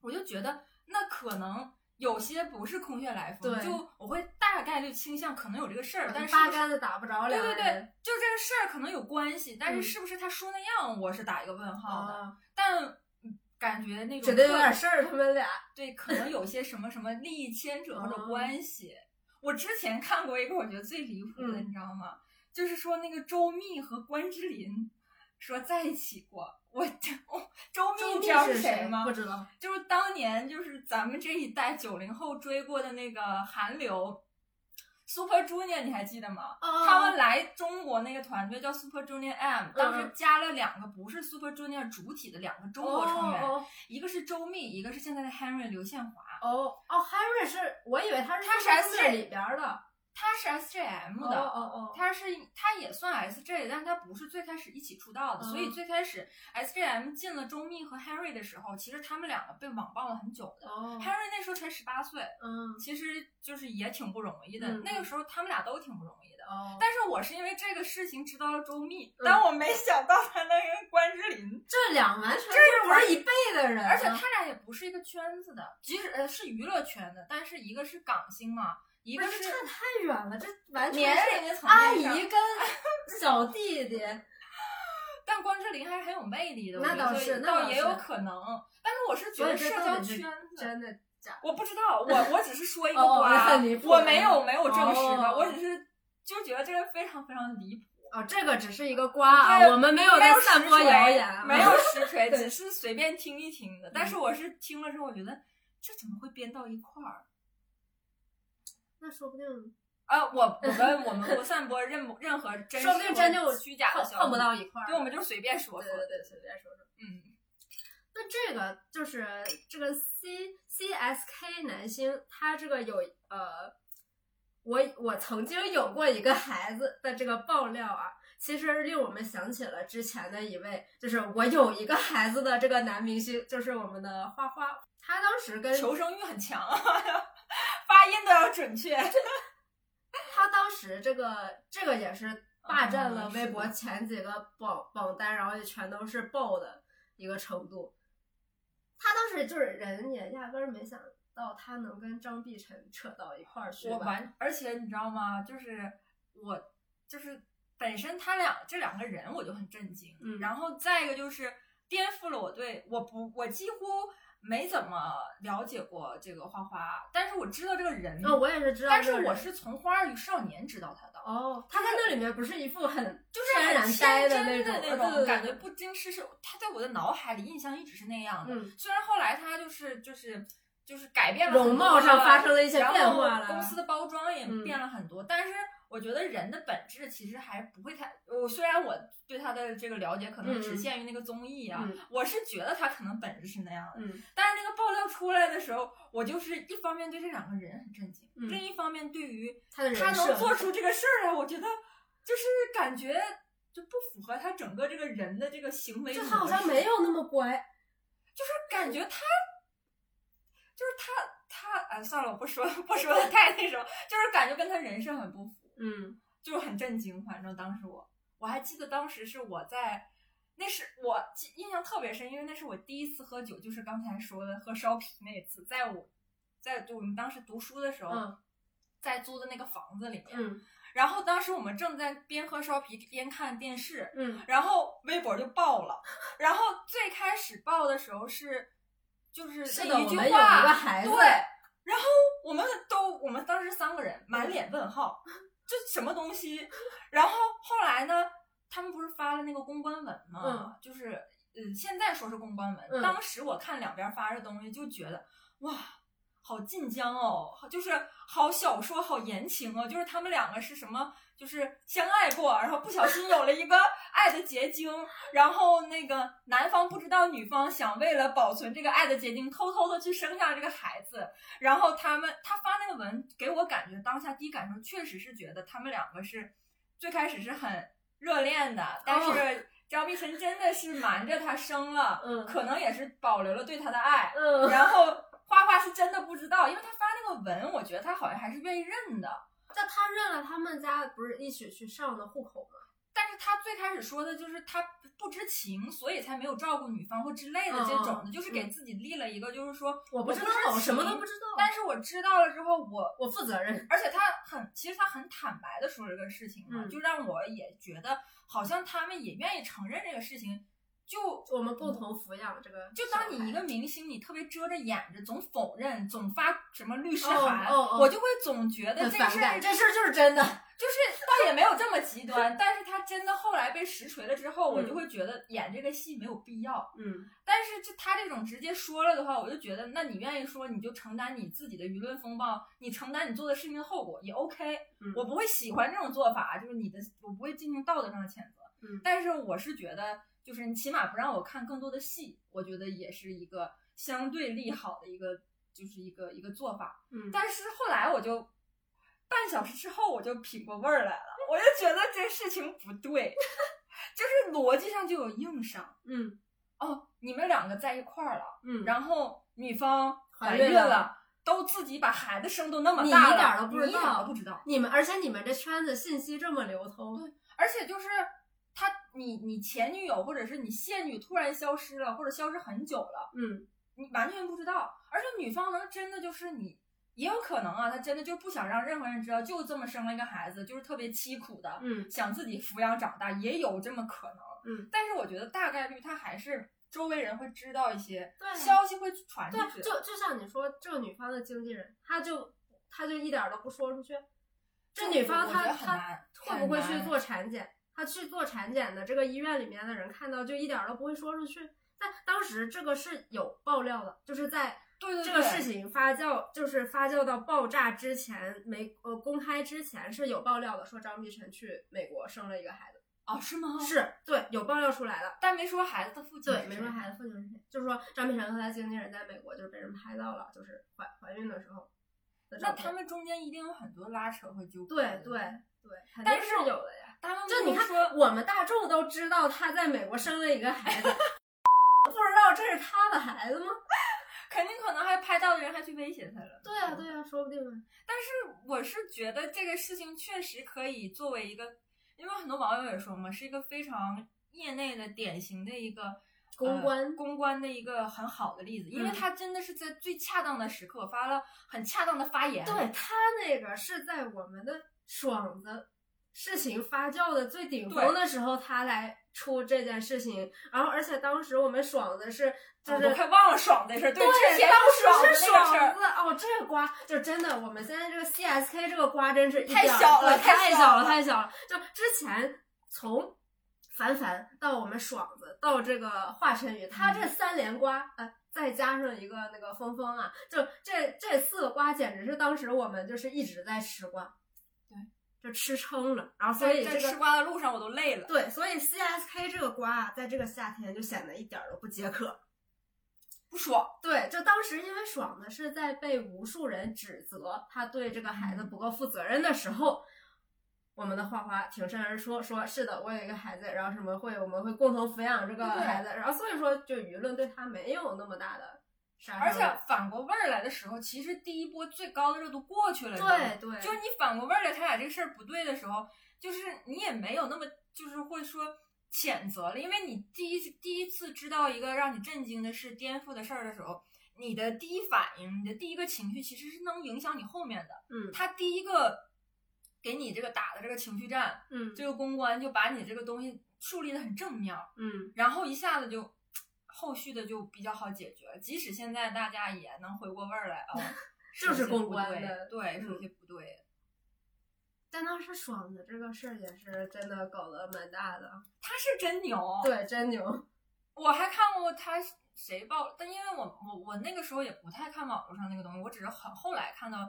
[SPEAKER 4] 我就觉得那可能。有些不是空穴来风，
[SPEAKER 3] 对
[SPEAKER 4] 就我会大概率倾向可能有这个事儿，但是
[SPEAKER 3] 八竿子打不着
[SPEAKER 4] 对
[SPEAKER 3] 两个
[SPEAKER 4] 对对
[SPEAKER 3] 人。，
[SPEAKER 4] 就这个事儿可能有关系，但是
[SPEAKER 3] 嗯
[SPEAKER 4] 是不是他说那样，我是打一个问号的。
[SPEAKER 3] 啊，
[SPEAKER 4] 但嗯感觉那种
[SPEAKER 3] 觉得有
[SPEAKER 4] 特
[SPEAKER 3] 点事儿，他们俩。
[SPEAKER 4] 对，可能有些什么什么利益牵扯或者
[SPEAKER 3] 哦
[SPEAKER 4] 关系。我之前看过一个我觉得最离谱的，
[SPEAKER 3] 嗯
[SPEAKER 4] 你知道吗？就是说那个周密和关之琳说在一起过。我我周密你知道
[SPEAKER 3] 是
[SPEAKER 4] 谁吗？
[SPEAKER 3] 不知道。
[SPEAKER 4] 就是当年就是咱们这一代九零后追过的那个韩流， Super Junior 你还记得吗？
[SPEAKER 3] 哦
[SPEAKER 4] 他们来中国那个团队叫 Super Junior M，当时
[SPEAKER 3] 嗯
[SPEAKER 4] 加了两个不是 Super Junior 主体的两个中国成员，
[SPEAKER 3] 哦
[SPEAKER 4] 一个是周密，一个是现在的 Henry 刘宪华，
[SPEAKER 3] 哦哦哦，Harry 是我以为他是
[SPEAKER 4] 他是
[SPEAKER 3] S
[SPEAKER 4] SJ
[SPEAKER 3] 里边儿的，
[SPEAKER 4] 他是 SJM
[SPEAKER 3] 哦
[SPEAKER 4] 的。
[SPEAKER 3] 哦哦，
[SPEAKER 4] 他是他也算 SJ，但他不是最开始一起出道的，
[SPEAKER 3] 嗯
[SPEAKER 4] 所以最开始 SJM 进了周密和 Henry 的时候，其实他们两个被网暴了很久的。
[SPEAKER 3] 哦
[SPEAKER 4] Henry 那时候才十八岁，
[SPEAKER 3] 嗯
[SPEAKER 4] 其实就是也挺不容易的。
[SPEAKER 3] 嗯
[SPEAKER 4] 那个时候他们俩都挺不容易的。
[SPEAKER 3] 哦，
[SPEAKER 4] 但是我是因为这个事情知道了周密，
[SPEAKER 3] 嗯
[SPEAKER 4] 但我没想到他能跟关之琳，
[SPEAKER 3] 这俩完全
[SPEAKER 4] 这
[SPEAKER 3] 不
[SPEAKER 4] 玩
[SPEAKER 3] 是一辈的人啊，
[SPEAKER 4] 而且他俩也不是一个圈子
[SPEAKER 3] 嗯
[SPEAKER 4] 的，即使呃是娱乐圈的，但是一个是港星嘛，一
[SPEAKER 3] 一
[SPEAKER 4] 个
[SPEAKER 3] 个是
[SPEAKER 4] 是
[SPEAKER 3] 差太远了，这完全
[SPEAKER 4] 年
[SPEAKER 3] 是
[SPEAKER 4] 龄的啊层
[SPEAKER 3] 阿
[SPEAKER 4] 面上
[SPEAKER 3] 姨跟小弟 弟，
[SPEAKER 4] 但关之琳还是很有魅力的，
[SPEAKER 3] 那
[SPEAKER 4] 我觉得
[SPEAKER 3] 倒是
[SPEAKER 4] 所以
[SPEAKER 3] 那
[SPEAKER 4] 倒
[SPEAKER 3] 倒
[SPEAKER 4] 也
[SPEAKER 3] 是
[SPEAKER 4] 有可能。但是我是觉
[SPEAKER 3] 所
[SPEAKER 4] 得
[SPEAKER 3] 以这
[SPEAKER 4] 社
[SPEAKER 3] 到
[SPEAKER 4] 交
[SPEAKER 3] 底是
[SPEAKER 4] 圈子，
[SPEAKER 3] 真的假
[SPEAKER 4] 我不知道， 我我只是说一个
[SPEAKER 3] 哦
[SPEAKER 4] 瓜，
[SPEAKER 3] 那离谱
[SPEAKER 4] 我没有没有证实的，
[SPEAKER 3] 哦
[SPEAKER 4] 我只是就觉得这个非常非常离谱，
[SPEAKER 3] 哦，这个只是一个瓜啊，
[SPEAKER 4] 对
[SPEAKER 3] 我们没
[SPEAKER 4] 没
[SPEAKER 3] 在
[SPEAKER 4] 有
[SPEAKER 3] 散
[SPEAKER 4] 实
[SPEAKER 3] 播
[SPEAKER 4] 锤
[SPEAKER 3] 谣言啊，
[SPEAKER 4] 没有 实锤，
[SPEAKER 3] 对嗯
[SPEAKER 4] 只是随便听一听的。但是我是听了之后，我觉得这怎么会编到一块儿？
[SPEAKER 3] 那说不定
[SPEAKER 4] 啊，我我们我们不散播任任何真实
[SPEAKER 3] 说不定真就
[SPEAKER 4] 或虚假的消息，
[SPEAKER 3] 碰不到一块儿，
[SPEAKER 4] 对，我们就随便说
[SPEAKER 3] 对
[SPEAKER 4] 说
[SPEAKER 3] 对
[SPEAKER 4] 的。
[SPEAKER 3] 对，随便说说。
[SPEAKER 4] 嗯，
[SPEAKER 3] 那这个就是这个 C C S K 男星，他这个有呃，我我曾经有过一个孩子的这个爆料啊，其实令我们想起了之前的一位，就是我有一个孩子的这个男明星，就是我们的花花，他当时跟
[SPEAKER 4] 求生欲很强 啊，发音都要准确。
[SPEAKER 3] 他当时这个这个也是霸占了
[SPEAKER 4] 嗯
[SPEAKER 3] 微
[SPEAKER 4] 是
[SPEAKER 3] 博
[SPEAKER 4] 的
[SPEAKER 3] 前几个榜榜单，然后也全都是爆的一个程度。他当时就是人也压根儿没想到他能跟张碧晨扯到一块儿去
[SPEAKER 4] 我
[SPEAKER 3] 吧？
[SPEAKER 4] 完，而且你知道吗？就是我，就是本身他俩这两个人我就很震惊，
[SPEAKER 3] 嗯
[SPEAKER 4] 然后再一个就是颠覆了我对我不我几乎没怎么了解过这个花花，但是我知道这个人，
[SPEAKER 3] 那、哦我也是知道
[SPEAKER 4] 但
[SPEAKER 3] 这
[SPEAKER 4] 是
[SPEAKER 3] 个人，
[SPEAKER 4] 我是从《花儿与少年》知道他的，
[SPEAKER 3] 哦，他在那里面不是一副很
[SPEAKER 4] 就是
[SPEAKER 3] 天然
[SPEAKER 4] 很
[SPEAKER 3] 呆
[SPEAKER 4] 天
[SPEAKER 3] 的
[SPEAKER 4] 真
[SPEAKER 3] 那种
[SPEAKER 4] 的那
[SPEAKER 3] 啊对对对
[SPEAKER 4] 种感觉，不经世事。他在我的脑海里印象一直是那样的，
[SPEAKER 3] 嗯
[SPEAKER 4] 虽然后来他就是就是就是改变了
[SPEAKER 3] 容
[SPEAKER 4] 很多
[SPEAKER 3] 貌上
[SPEAKER 4] 了
[SPEAKER 3] 发生了一些
[SPEAKER 4] 然后
[SPEAKER 3] 变化了
[SPEAKER 4] 公司的包装也
[SPEAKER 3] 嗯
[SPEAKER 4] 变了很多，但是我觉得人的本质其实还不会太。我虽然我对他的这个了解可能
[SPEAKER 3] 嗯
[SPEAKER 4] 只限于那个综艺啊，
[SPEAKER 3] 嗯
[SPEAKER 4] 我是觉得他可能本质是那样的，
[SPEAKER 3] 嗯
[SPEAKER 4] 但是那个爆料出来的时候，我就是一方面对这两个人很震惊，
[SPEAKER 3] 嗯
[SPEAKER 4] 另一方面对于
[SPEAKER 3] 他的人
[SPEAKER 4] 他
[SPEAKER 3] 设
[SPEAKER 4] 能做出这个事儿来，我觉得就是感觉。就不符合他整个这个人的这个行为模
[SPEAKER 3] 就
[SPEAKER 4] 式，
[SPEAKER 3] 他好像没有那么乖，
[SPEAKER 4] 就是感觉他，就是他他哎算了，我不说了不说了，太那什么，就是感觉跟他人设很不符，
[SPEAKER 3] 嗯
[SPEAKER 4] 就是很震惊。反正当时我我还记得当时是我在，那是我记印象特别深，因为那是我第一次喝酒，就是刚才说的喝烧啤那次，在我在我们当时读书的时候，
[SPEAKER 3] 嗯
[SPEAKER 4] 在租的那个房子里面，
[SPEAKER 3] 嗯
[SPEAKER 4] 然后当时我们正在边喝烧啤边看电视，
[SPEAKER 3] 嗯
[SPEAKER 4] 然后微博就爆了。然后最开始爆的时候是，就是
[SPEAKER 3] 是的
[SPEAKER 4] 那一句
[SPEAKER 3] 我
[SPEAKER 4] 话，
[SPEAKER 3] 们有一个孩子
[SPEAKER 4] 对。然后我们都，我们当时三个人满脸问号，这什么东西？然后后来呢，他们不是发了那个公关文吗？
[SPEAKER 3] 嗯
[SPEAKER 4] 就是，呃，现在说是公关文，
[SPEAKER 3] 嗯
[SPEAKER 4] 当时我看两边发的东西，就觉得哇。好晋江哦，好就是好小说，好言情哦，就是他们两个是什么？就是相爱过，然后不小心有了一个爱的结晶，然后那个男方不知道女方想为了保存这个爱的结晶，偷偷的去生下了这个孩子，然后他们他发那个文给我感觉当下第一感受确实是觉得他们两个是最开始是很热恋的，但是张碧晨真的是瞒着他生了，
[SPEAKER 3] 嗯
[SPEAKER 4] 可能也是保留了对他的爱，
[SPEAKER 3] 嗯，
[SPEAKER 4] 然后花花是真的不知道，因为他发那个文，我觉得他好像还是愿意认的。
[SPEAKER 3] 但他认了他们家不是一起去上的户口吗？
[SPEAKER 4] 但是他最开始说的就是他不知情，所以才没有照顾女方或之类的这种的，
[SPEAKER 3] 嗯嗯
[SPEAKER 4] 就是给自己立了一个，就是说
[SPEAKER 3] 我不知道，
[SPEAKER 4] 情
[SPEAKER 3] 我什么都不知道，
[SPEAKER 4] 但是我知道了之后，我
[SPEAKER 3] 我负责任。
[SPEAKER 4] 而且他很，其实他很坦白的说了这个事情嘛，
[SPEAKER 3] 嗯
[SPEAKER 4] 就让我也觉得好像他们也愿意承认这个事情，就
[SPEAKER 3] 我们共同抚养这个小孩，
[SPEAKER 4] 就当你一个明星，你特别遮着掩着，总否认，总发什么律师
[SPEAKER 3] 哦
[SPEAKER 4] 函，
[SPEAKER 3] 哦哦
[SPEAKER 4] 我就会总觉得
[SPEAKER 3] 很
[SPEAKER 4] 这个
[SPEAKER 3] 反
[SPEAKER 4] 事
[SPEAKER 3] 感，
[SPEAKER 4] 儿
[SPEAKER 3] 这事儿就是真的。
[SPEAKER 4] 就是倒也没有这么极端，但是他真的后来被实锤了之后，我
[SPEAKER 3] 嗯
[SPEAKER 4] 就会觉得演这个戏没有必要。
[SPEAKER 3] 嗯
[SPEAKER 4] 但是是就他这种直接说了的话，我就觉得，那你愿意说，你就承担你自己的舆论风暴，你承担你做的事情的后果也 OK。
[SPEAKER 3] 嗯
[SPEAKER 4] 我不会喜欢这种做法，就是你的，我不会进行道德上的谴责。
[SPEAKER 3] 嗯
[SPEAKER 4] 但是我是觉得，就是你起码不让我看更多的戏，我觉得也是一个相对利好的一个，就是一个一个做法。
[SPEAKER 3] 嗯，
[SPEAKER 4] 但是后来我就半小时之后我就品过味儿来了，我就觉得这事情不对， 就是逻辑上就有硬伤。
[SPEAKER 3] 嗯
[SPEAKER 4] 哦，你们两个在一块儿了，
[SPEAKER 3] 嗯，
[SPEAKER 4] 然后女方怀
[SPEAKER 3] 怀孕
[SPEAKER 4] 了，
[SPEAKER 3] 了
[SPEAKER 4] 都自己把孩子生都那么
[SPEAKER 3] 你
[SPEAKER 4] 大了，
[SPEAKER 3] 一点儿都不知
[SPEAKER 4] 你一点
[SPEAKER 3] 道
[SPEAKER 4] 儿都不知道。
[SPEAKER 3] 你们而且你们这圈子信息这么流通，
[SPEAKER 4] 而且就是他，你你前女友或者是你现女突然消失了，或者消失很久了，
[SPEAKER 3] 嗯
[SPEAKER 4] 你完全不知道。而且女方能真的就是你，也有可能啊，她真的就不想让任何人知道，就这么生了一个孩子，就是特别凄苦的，
[SPEAKER 3] 嗯
[SPEAKER 4] 想自己抚养长大，也有这么可能。
[SPEAKER 3] 嗯，
[SPEAKER 4] 但是我觉得大概率她还是周围人会知道一些
[SPEAKER 3] 对啊
[SPEAKER 4] 消息会传出去
[SPEAKER 3] 对，啊
[SPEAKER 4] 的。
[SPEAKER 3] 就就像你说，这个女方的经纪人，她就她就一点儿都不说出去。这
[SPEAKER 4] 就
[SPEAKER 3] 女方
[SPEAKER 4] 我觉
[SPEAKER 3] 她
[SPEAKER 4] 得很
[SPEAKER 3] 她
[SPEAKER 4] 难
[SPEAKER 3] 会不会
[SPEAKER 4] 很
[SPEAKER 3] 去
[SPEAKER 4] 难
[SPEAKER 3] 做产检？她去做产检的这个医院里面的人看到，就一点儿都不会说出去。但当时这个是有爆料的，就是在
[SPEAKER 4] 对对对
[SPEAKER 3] 这个事情发酵，就是发酵到爆炸之前，没呃公开之前是有爆料的，说张碧晨去美国生了一个孩子，
[SPEAKER 4] 哦，是吗？，
[SPEAKER 3] 是对有爆料出来的。
[SPEAKER 4] 但没说孩子的父亲嗯是
[SPEAKER 3] 对，
[SPEAKER 4] 谁。
[SPEAKER 3] 没说孩子父亲是谁，就是说张碧晨和他经纪人在美国就是被人拍到了，就是怀怀孕的时候的照
[SPEAKER 4] 那
[SPEAKER 3] 片
[SPEAKER 4] 他们中间一定有很多拉扯和纠葛。
[SPEAKER 3] 对对对，肯定
[SPEAKER 4] 但
[SPEAKER 3] 是
[SPEAKER 4] 是
[SPEAKER 3] 有的呀。
[SPEAKER 4] 他们
[SPEAKER 3] 就你
[SPEAKER 4] 不是
[SPEAKER 3] 看，
[SPEAKER 4] 说
[SPEAKER 3] 我们大众都知道他在美国生了一个孩子， 不知道这是他的孩子吗？
[SPEAKER 4] 肯定可能还拍到的人还去威胁他了。
[SPEAKER 3] 对呀、对呀、说不定啊。
[SPEAKER 4] 但是我是觉得这个事情确实可以作为一个，因为很多网友也说嘛，是一个非常业内的典型的一个。
[SPEAKER 3] 公关
[SPEAKER 4] 呃公关的一个很好的例子，因为
[SPEAKER 3] 嗯
[SPEAKER 4] 他真的是在最恰当的时刻发了很恰当的发言。
[SPEAKER 3] 对他那个是在我们的爽子事情发酵的最顶峰
[SPEAKER 4] 对
[SPEAKER 3] 的时候，他来出这件事情，然后而且当时我们爽子是就
[SPEAKER 4] 啊
[SPEAKER 3] 是
[SPEAKER 4] 我快忘了爽的事儿。
[SPEAKER 3] 对，
[SPEAKER 4] 之前
[SPEAKER 3] 当
[SPEAKER 4] 爽的
[SPEAKER 3] 时是
[SPEAKER 4] 那个事
[SPEAKER 3] 爽
[SPEAKER 4] 儿，
[SPEAKER 3] 子哦，这个瓜就真的，我们现在这个 CSK 这个瓜真是一
[SPEAKER 4] 太
[SPEAKER 3] 点儿
[SPEAKER 4] 小
[SPEAKER 3] 对
[SPEAKER 4] 了太
[SPEAKER 3] 太
[SPEAKER 4] 小
[SPEAKER 3] 小
[SPEAKER 4] 了
[SPEAKER 3] 太小了。就之前从凡凡到我们爽子到这个华晨宇，他
[SPEAKER 4] 嗯
[SPEAKER 3] 这三连瓜，呃，再加上一个那个峰峰啊，就这这四个瓜，简直是当时我们就是一直在吃瓜，
[SPEAKER 4] 对，
[SPEAKER 3] 就吃撑了，然后所
[SPEAKER 4] 在
[SPEAKER 3] 以
[SPEAKER 4] 在
[SPEAKER 3] 这
[SPEAKER 4] 吃
[SPEAKER 3] 个。
[SPEAKER 4] 瓜的路上我都累了。
[SPEAKER 3] 对，所以 CSK 这个瓜啊，在这个夏天就显得一点儿都不解渴。
[SPEAKER 4] 不爽，
[SPEAKER 3] 对，就当时因为爽子是在被无数人指责他对这个孩
[SPEAKER 4] 嗯
[SPEAKER 3] 子不够负责任的时候，我们的花花挺身而出，说是的，我有一个孩子，然后什么会我们会共同抚养这个
[SPEAKER 4] 对
[SPEAKER 3] 孩子，然后所以说就舆论对他没有那么大的杀
[SPEAKER 4] 而
[SPEAKER 3] 伤
[SPEAKER 4] 且
[SPEAKER 3] 力。
[SPEAKER 4] 反过味儿来的时候，其实第一波最高的热度过去了。你知道吗
[SPEAKER 3] 对对，
[SPEAKER 4] 就是你反过味儿来，他俩这个事儿不对的时候，就是你也没有那么就是会说谴责了，因为你第一第一次知道一个让你震惊的事、颠覆的事儿的时候，你的第一反应、你的第一个情绪其实是能影响你后面的。
[SPEAKER 3] 嗯
[SPEAKER 4] 他第一个给你这个打的这个情绪战，
[SPEAKER 3] 嗯
[SPEAKER 4] 这个公关就把你这个东西树立的很正面儿，
[SPEAKER 3] 嗯
[SPEAKER 4] 然后一下子就后续的就比较好解决。即使现在大家也能回过味儿来，哦，
[SPEAKER 3] 就是是公关的
[SPEAKER 4] 对，
[SPEAKER 3] 嗯
[SPEAKER 4] 是有些不对。
[SPEAKER 3] 但当时爽子这个事儿也是真的搞得蛮大的，
[SPEAKER 4] 他是真牛，
[SPEAKER 3] 对，真
[SPEAKER 4] 哦
[SPEAKER 3] 牛，
[SPEAKER 4] 我还看过他谁爆，但因为我我我那个时候也不太看网络上那个东西，我只是很后来看到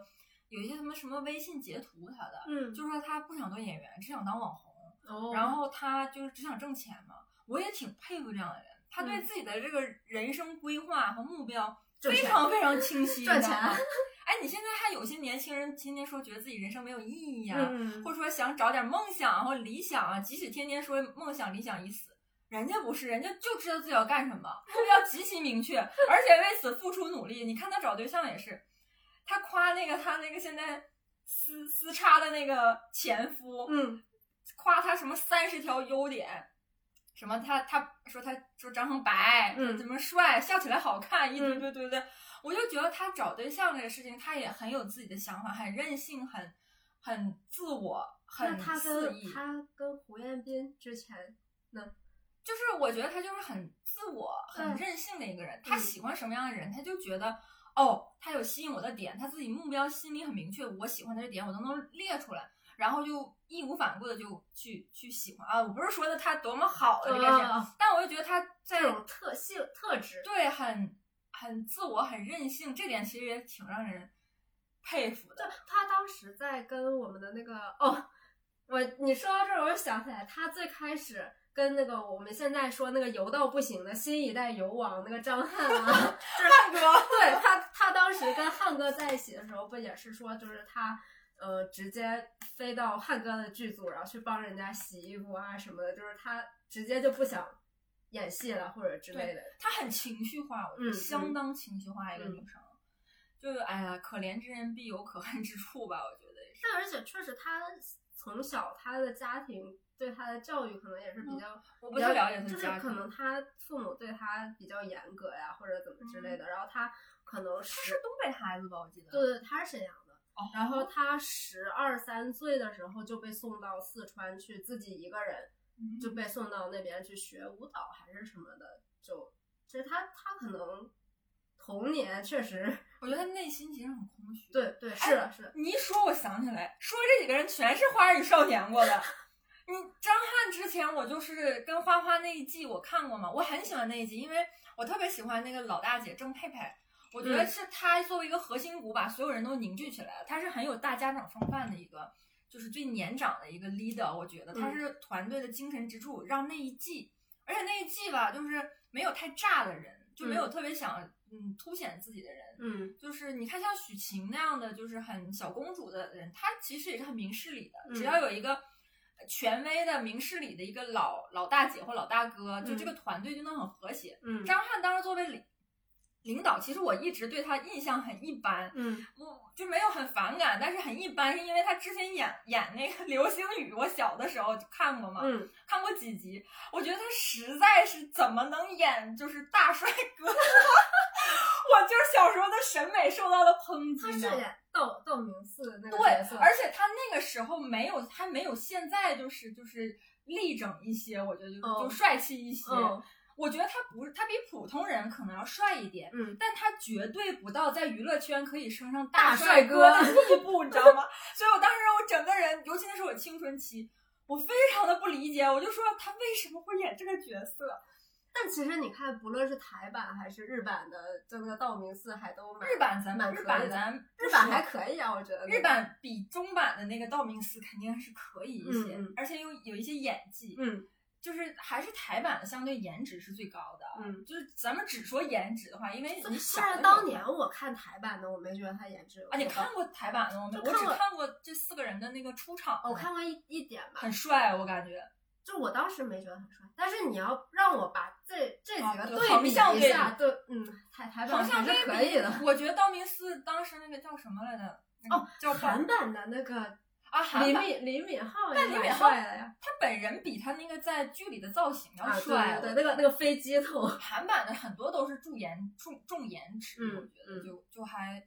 [SPEAKER 4] 有一些什么什么微信截图他的，
[SPEAKER 3] 嗯
[SPEAKER 4] 就说他不想当演员，只想当网红，
[SPEAKER 3] 哦，
[SPEAKER 4] 然后他就是只想挣钱嘛。我也挺佩服这样的人，他对
[SPEAKER 3] 嗯
[SPEAKER 4] 自己的这个人生规划和目标
[SPEAKER 3] 挣
[SPEAKER 4] 非
[SPEAKER 3] 钱
[SPEAKER 4] 常非常清晰，
[SPEAKER 3] 赚
[SPEAKER 4] 你知道
[SPEAKER 3] 钱
[SPEAKER 4] 吗 哎，你现在还有些年轻人天天说觉得自己人生没有意义啊呀、
[SPEAKER 3] 嗯
[SPEAKER 4] 或者说想找点梦想或理想啊，即使天天说梦想理想已死，人家不是，人家就知道自己要干什么，目标极其明确，而且为此付出努力。你看他找对象也是，他夸那个他那个现在私私叉的那个前夫，
[SPEAKER 3] 嗯
[SPEAKER 4] 夸他什么三十条优点。什么他他说他说长很白，
[SPEAKER 3] 嗯
[SPEAKER 4] 怎么帅，笑起来好看，一堆
[SPEAKER 3] 嗯
[SPEAKER 4] 堆堆堆，我就觉得他找对象这个事情，他也很有自己的想法，很任性，很很自我，
[SPEAKER 3] 那
[SPEAKER 4] 很
[SPEAKER 3] 他
[SPEAKER 4] 肆
[SPEAKER 3] 跟
[SPEAKER 4] 意。
[SPEAKER 3] 他跟胡彦斌之前
[SPEAKER 4] 就是我觉得他就是很自我、很
[SPEAKER 3] 对
[SPEAKER 4] 任性的一个人。他
[SPEAKER 3] 嗯
[SPEAKER 4] 喜欢什么样的人，他就觉得哦，他有吸引我的点，他自己目标心里很明确，我喜欢的这点我都能列出来，然后就义无反顾的就去去喜欢啊。我不是说的他多么好的这个人，
[SPEAKER 3] 啊
[SPEAKER 4] 但我就觉得他在
[SPEAKER 3] 这种特性特质，
[SPEAKER 4] 对很很自我、很任性，这点其实也挺让人佩服
[SPEAKER 3] 就
[SPEAKER 4] 的。
[SPEAKER 3] 他当时在跟我们的那个哦，我你说到这儿，我就想起来，他最开始跟那个我们现在说那个油到不行的新一代油王那个张翰 啊，
[SPEAKER 4] 汉哥，
[SPEAKER 3] 对他，他当时跟汉哥在一起的时候，不也是说，就是他呃直接飞到汉哥的剧组，然后去帮人家洗衣服啊什么的，就是他直接就不想演戏了或者之类的。
[SPEAKER 4] 她很情绪化，我觉得
[SPEAKER 3] 嗯
[SPEAKER 4] 相当情绪化一个
[SPEAKER 3] 嗯
[SPEAKER 4] 女生，就是哎呀，可怜之人必有可恨之处吧，我觉得也是。
[SPEAKER 3] 但而且确实，他从小他的家庭对他的教育可能也是比较。
[SPEAKER 4] 嗯我不
[SPEAKER 3] 比
[SPEAKER 4] 太
[SPEAKER 3] 较
[SPEAKER 4] 了解她
[SPEAKER 3] 就
[SPEAKER 4] 的
[SPEAKER 3] 是
[SPEAKER 4] 家
[SPEAKER 3] 可
[SPEAKER 4] 庭，
[SPEAKER 3] 能他父母对他比较严格呀，或者怎么之类的，然后他可能
[SPEAKER 4] 她
[SPEAKER 3] 是
[SPEAKER 4] 嗯是东北孩子吧，我记得。
[SPEAKER 3] 对，对，他是沈阳的，
[SPEAKER 4] 哦
[SPEAKER 3] 然后他十二三岁的时候就被送到四川去，自己一个人
[SPEAKER 4] 嗯
[SPEAKER 3] 就被送到那边去学舞蹈还是什么的，就其实他他可能童年确实
[SPEAKER 4] 我觉得她内心其实很空虚。
[SPEAKER 3] 对对是的是的，
[SPEAKER 4] 你一说，我想起来，说这几个人全是《花儿与少年》过的。你张翰之前我就是跟花花那一季我看过嘛，我很喜欢那一季，因为我特别喜欢那个老大姐郑佩佩，我觉得
[SPEAKER 3] 嗯
[SPEAKER 4] 是她作为一个核心骨把所有人都凝聚起来了，她是很有大家长风范的一个，就是最年长的一个 leader，我觉得她
[SPEAKER 3] 嗯
[SPEAKER 4] 是团队的精神支柱，让那一季，而且那一季吧，就是没有太炸的人，就没有特别想嗯凸显自己的人，
[SPEAKER 3] 嗯
[SPEAKER 4] 就是你看像许晴那样的，就是很小公主的人，她其实也是很明事理的。
[SPEAKER 3] 嗯
[SPEAKER 4] 只要有一个权威的明事理的一个老老大姐或老大哥，就
[SPEAKER 3] 嗯
[SPEAKER 4] 这个团队就能很和谐。
[SPEAKER 3] 嗯
[SPEAKER 4] 张翰当时作为领领导，其实我一直对他印象很一般，
[SPEAKER 3] 嗯
[SPEAKER 4] 我就没有很反感，但是很一般，是因为他之前演演那个《流星雨》，我小的时候就看过嘛，
[SPEAKER 3] 嗯，
[SPEAKER 4] 看过几集，我觉得他实在是怎么能演就是大帅哥？我就是小时候的审美受到了抨
[SPEAKER 3] 他
[SPEAKER 4] 击
[SPEAKER 3] 是
[SPEAKER 4] 呢。
[SPEAKER 3] 演道道明寺那个角
[SPEAKER 4] 对
[SPEAKER 3] 色，，
[SPEAKER 4] 而且他那个时候没有，还没有现在就是就是立整一些，我觉得就,、
[SPEAKER 3] 嗯
[SPEAKER 4] 就帅气一些。
[SPEAKER 3] 嗯
[SPEAKER 4] 我觉得他不是，他比普通人可能要帅一点，
[SPEAKER 3] 嗯
[SPEAKER 4] 但他绝对不到在娱乐圈可以升上
[SPEAKER 3] 大
[SPEAKER 4] 大
[SPEAKER 3] 帅
[SPEAKER 4] 帅
[SPEAKER 3] 哥
[SPEAKER 4] 哥的地步，你知道吗？所以我当时我整个人，尤其那是我青春期，我非常的不理解，我就说他为什么会演这个角色？
[SPEAKER 3] 但其实你看，不论是台版还是日版的，这个道明寺还都蛮
[SPEAKER 4] 日版咱
[SPEAKER 3] 蛮
[SPEAKER 4] 们
[SPEAKER 3] 可
[SPEAKER 4] 日
[SPEAKER 3] 以的
[SPEAKER 4] 版咱
[SPEAKER 3] 日版还可以啊，我觉得
[SPEAKER 4] 日版比中版的那个道明寺肯定是可以一些，
[SPEAKER 3] 嗯嗯
[SPEAKER 4] 而且有有一些演技，
[SPEAKER 3] 嗯
[SPEAKER 4] 就是还是台版的相对颜值是最高的。
[SPEAKER 3] 嗯。
[SPEAKER 4] 就是咱们只说颜值的话，因为你
[SPEAKER 3] 虽
[SPEAKER 4] 想
[SPEAKER 3] 然当年我看台版的，我没觉得他颜值有
[SPEAKER 4] 啊，你
[SPEAKER 3] 多高
[SPEAKER 4] 看过台版的我没？
[SPEAKER 3] 就
[SPEAKER 4] 我
[SPEAKER 3] 看
[SPEAKER 4] 只
[SPEAKER 3] 过
[SPEAKER 4] 看过这四个人的那个出场，
[SPEAKER 3] 哦我看过一一点吧，
[SPEAKER 4] 很帅，我感觉。
[SPEAKER 3] 就我当时没觉得很帅，但是你要让我把这这几
[SPEAKER 4] 啊
[SPEAKER 3] 个
[SPEAKER 4] 就
[SPEAKER 3] 对
[SPEAKER 4] 横
[SPEAKER 3] 比
[SPEAKER 4] 向
[SPEAKER 3] 一
[SPEAKER 4] 对
[SPEAKER 3] 下，
[SPEAKER 4] 比
[SPEAKER 3] 对，嗯，台台
[SPEAKER 4] 横
[SPEAKER 3] 版
[SPEAKER 4] 向
[SPEAKER 3] 还
[SPEAKER 4] 对
[SPEAKER 3] 是
[SPEAKER 4] 比
[SPEAKER 3] 可以 的。
[SPEAKER 4] 我觉得道明寺当时那个叫什么来着？那个
[SPEAKER 3] 哦
[SPEAKER 4] 叫
[SPEAKER 3] 韩
[SPEAKER 4] 韩
[SPEAKER 3] 版的那个
[SPEAKER 4] 啊，韩
[SPEAKER 3] 李
[SPEAKER 4] 版
[SPEAKER 3] 敏李敏镐
[SPEAKER 4] 但
[SPEAKER 3] 也
[SPEAKER 4] 李
[SPEAKER 3] 蛮
[SPEAKER 4] 敏镐
[SPEAKER 3] 帅的呀，
[SPEAKER 4] 他本人比他那个在剧里的造型要
[SPEAKER 3] 啊，
[SPEAKER 4] 帅。
[SPEAKER 3] 对对对，那个那个飞机头，
[SPEAKER 4] 韩版的很多都是重颜重重颜值，
[SPEAKER 3] 嗯
[SPEAKER 4] 我觉得
[SPEAKER 3] 嗯
[SPEAKER 4] 就就还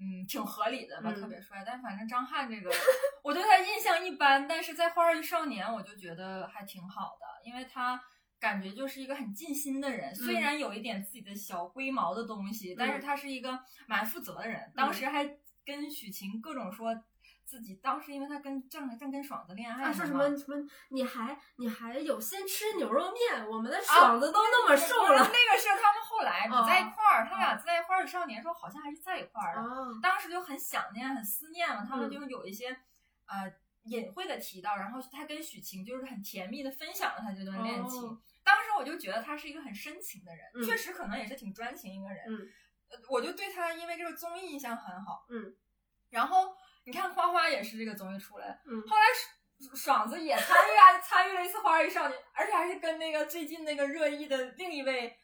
[SPEAKER 4] 嗯挺合理的吧，
[SPEAKER 3] 嗯
[SPEAKER 4] 特别帅。但反正张翰这个，我对他印象一般，但是在《花儿与少年》我就觉得还挺好的，因为他。感觉就是一个很尽心的人，虽
[SPEAKER 3] 嗯
[SPEAKER 4] 然有一点自己的小龟毛的东西，但
[SPEAKER 3] 嗯
[SPEAKER 4] 是他是一个蛮负责的人。当时还跟许晴各种说自己当时因为他跟正正跟爽子恋爱
[SPEAKER 3] 啊，
[SPEAKER 4] 呢
[SPEAKER 3] 说什
[SPEAKER 4] 嘛
[SPEAKER 3] 么什么，你还你还有先吃牛肉面，我们的
[SPEAKER 4] 啊
[SPEAKER 3] 爽子都那么瘦
[SPEAKER 4] 不是
[SPEAKER 3] 了。
[SPEAKER 4] 那个是他们后来
[SPEAKER 3] 哦
[SPEAKER 4] 不在一块儿，他俩在《花儿与少年》的时候好像还是在一块儿的。
[SPEAKER 3] 哦，
[SPEAKER 4] 当时就很想念、很思念嘛，他
[SPEAKER 3] 嗯
[SPEAKER 4] 们就有一些、呃隐晦的提到，然后他跟许晴就是很甜蜜的分享了他这段恋情。
[SPEAKER 3] 哦
[SPEAKER 4] 当时我就觉得他是一个很深情的人，
[SPEAKER 3] 嗯
[SPEAKER 4] 确实可能也是挺专情一个人。
[SPEAKER 3] 嗯
[SPEAKER 4] 呃我就对他因为这个综艺印象很好。
[SPEAKER 3] 嗯，
[SPEAKER 4] 然后你看花花也是这个综艺出来的，
[SPEAKER 3] 嗯
[SPEAKER 4] 后来爽爽子也参与啊， 参与了一次《花儿与少年》，而且还是跟那个最近那个热议的另一位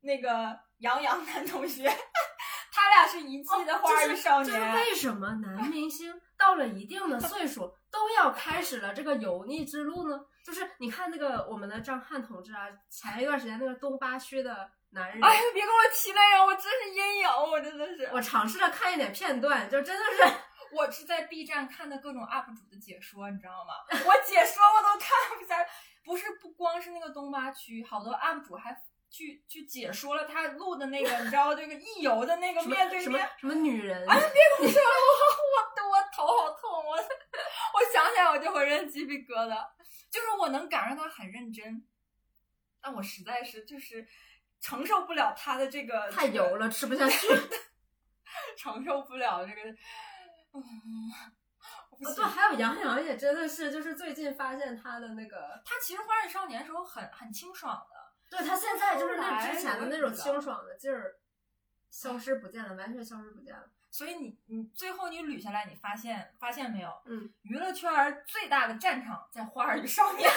[SPEAKER 4] 那个杨洋男同学， 他俩是一季的《花儿与少
[SPEAKER 3] 哦就
[SPEAKER 4] 年
[SPEAKER 3] 是、 就》是为什么男明星到了一定的岁数都要开始了这个油腻之路呢？就是你看那个我们的张翰同志啊，前一段时间那个东八区的男人，
[SPEAKER 4] 哎呀，别给我提那个，我真是阴影，我真的是。
[SPEAKER 3] 我尝试着看一点片段，就真的是
[SPEAKER 4] 我是在 B 站看的各种 UP 主的解说，你知 道吗？我解说我都看不下去，不是不光是那个东八区，好多 UP 主还去去解说了他录的那个，你知道这个易游的那个
[SPEAKER 3] 什么
[SPEAKER 4] 面对
[SPEAKER 3] 什么
[SPEAKER 4] 面。
[SPEAKER 3] 什么女人，
[SPEAKER 4] 哎呀，别跟我说，我 我我头好痛，我 我想起来我就浑身鸡皮疙瘩。就是我能感受到他很认真，但我实在是就是承受不了它的这个
[SPEAKER 3] 太油，了，吃不下去。
[SPEAKER 4] 这个 承受不了这个，嗯，我不
[SPEAKER 3] 哦，
[SPEAKER 4] 行
[SPEAKER 3] 对，。还有杨洋也真的是，就是最近发现他的那个，
[SPEAKER 4] 他其实《花儿与少年》的时候很很清爽的，
[SPEAKER 3] 对他现在就是
[SPEAKER 4] 后
[SPEAKER 3] 那
[SPEAKER 4] 来
[SPEAKER 3] 之前的
[SPEAKER 4] 我也
[SPEAKER 3] 那
[SPEAKER 4] 不
[SPEAKER 3] 种
[SPEAKER 4] 知道
[SPEAKER 3] 清爽的劲儿消失不见了，完全消失不见了。
[SPEAKER 4] 所以你你最后你捋下来，你发现发现没有？
[SPEAKER 3] 嗯，
[SPEAKER 4] 娱乐圈儿最大的战场在《花儿与少年》，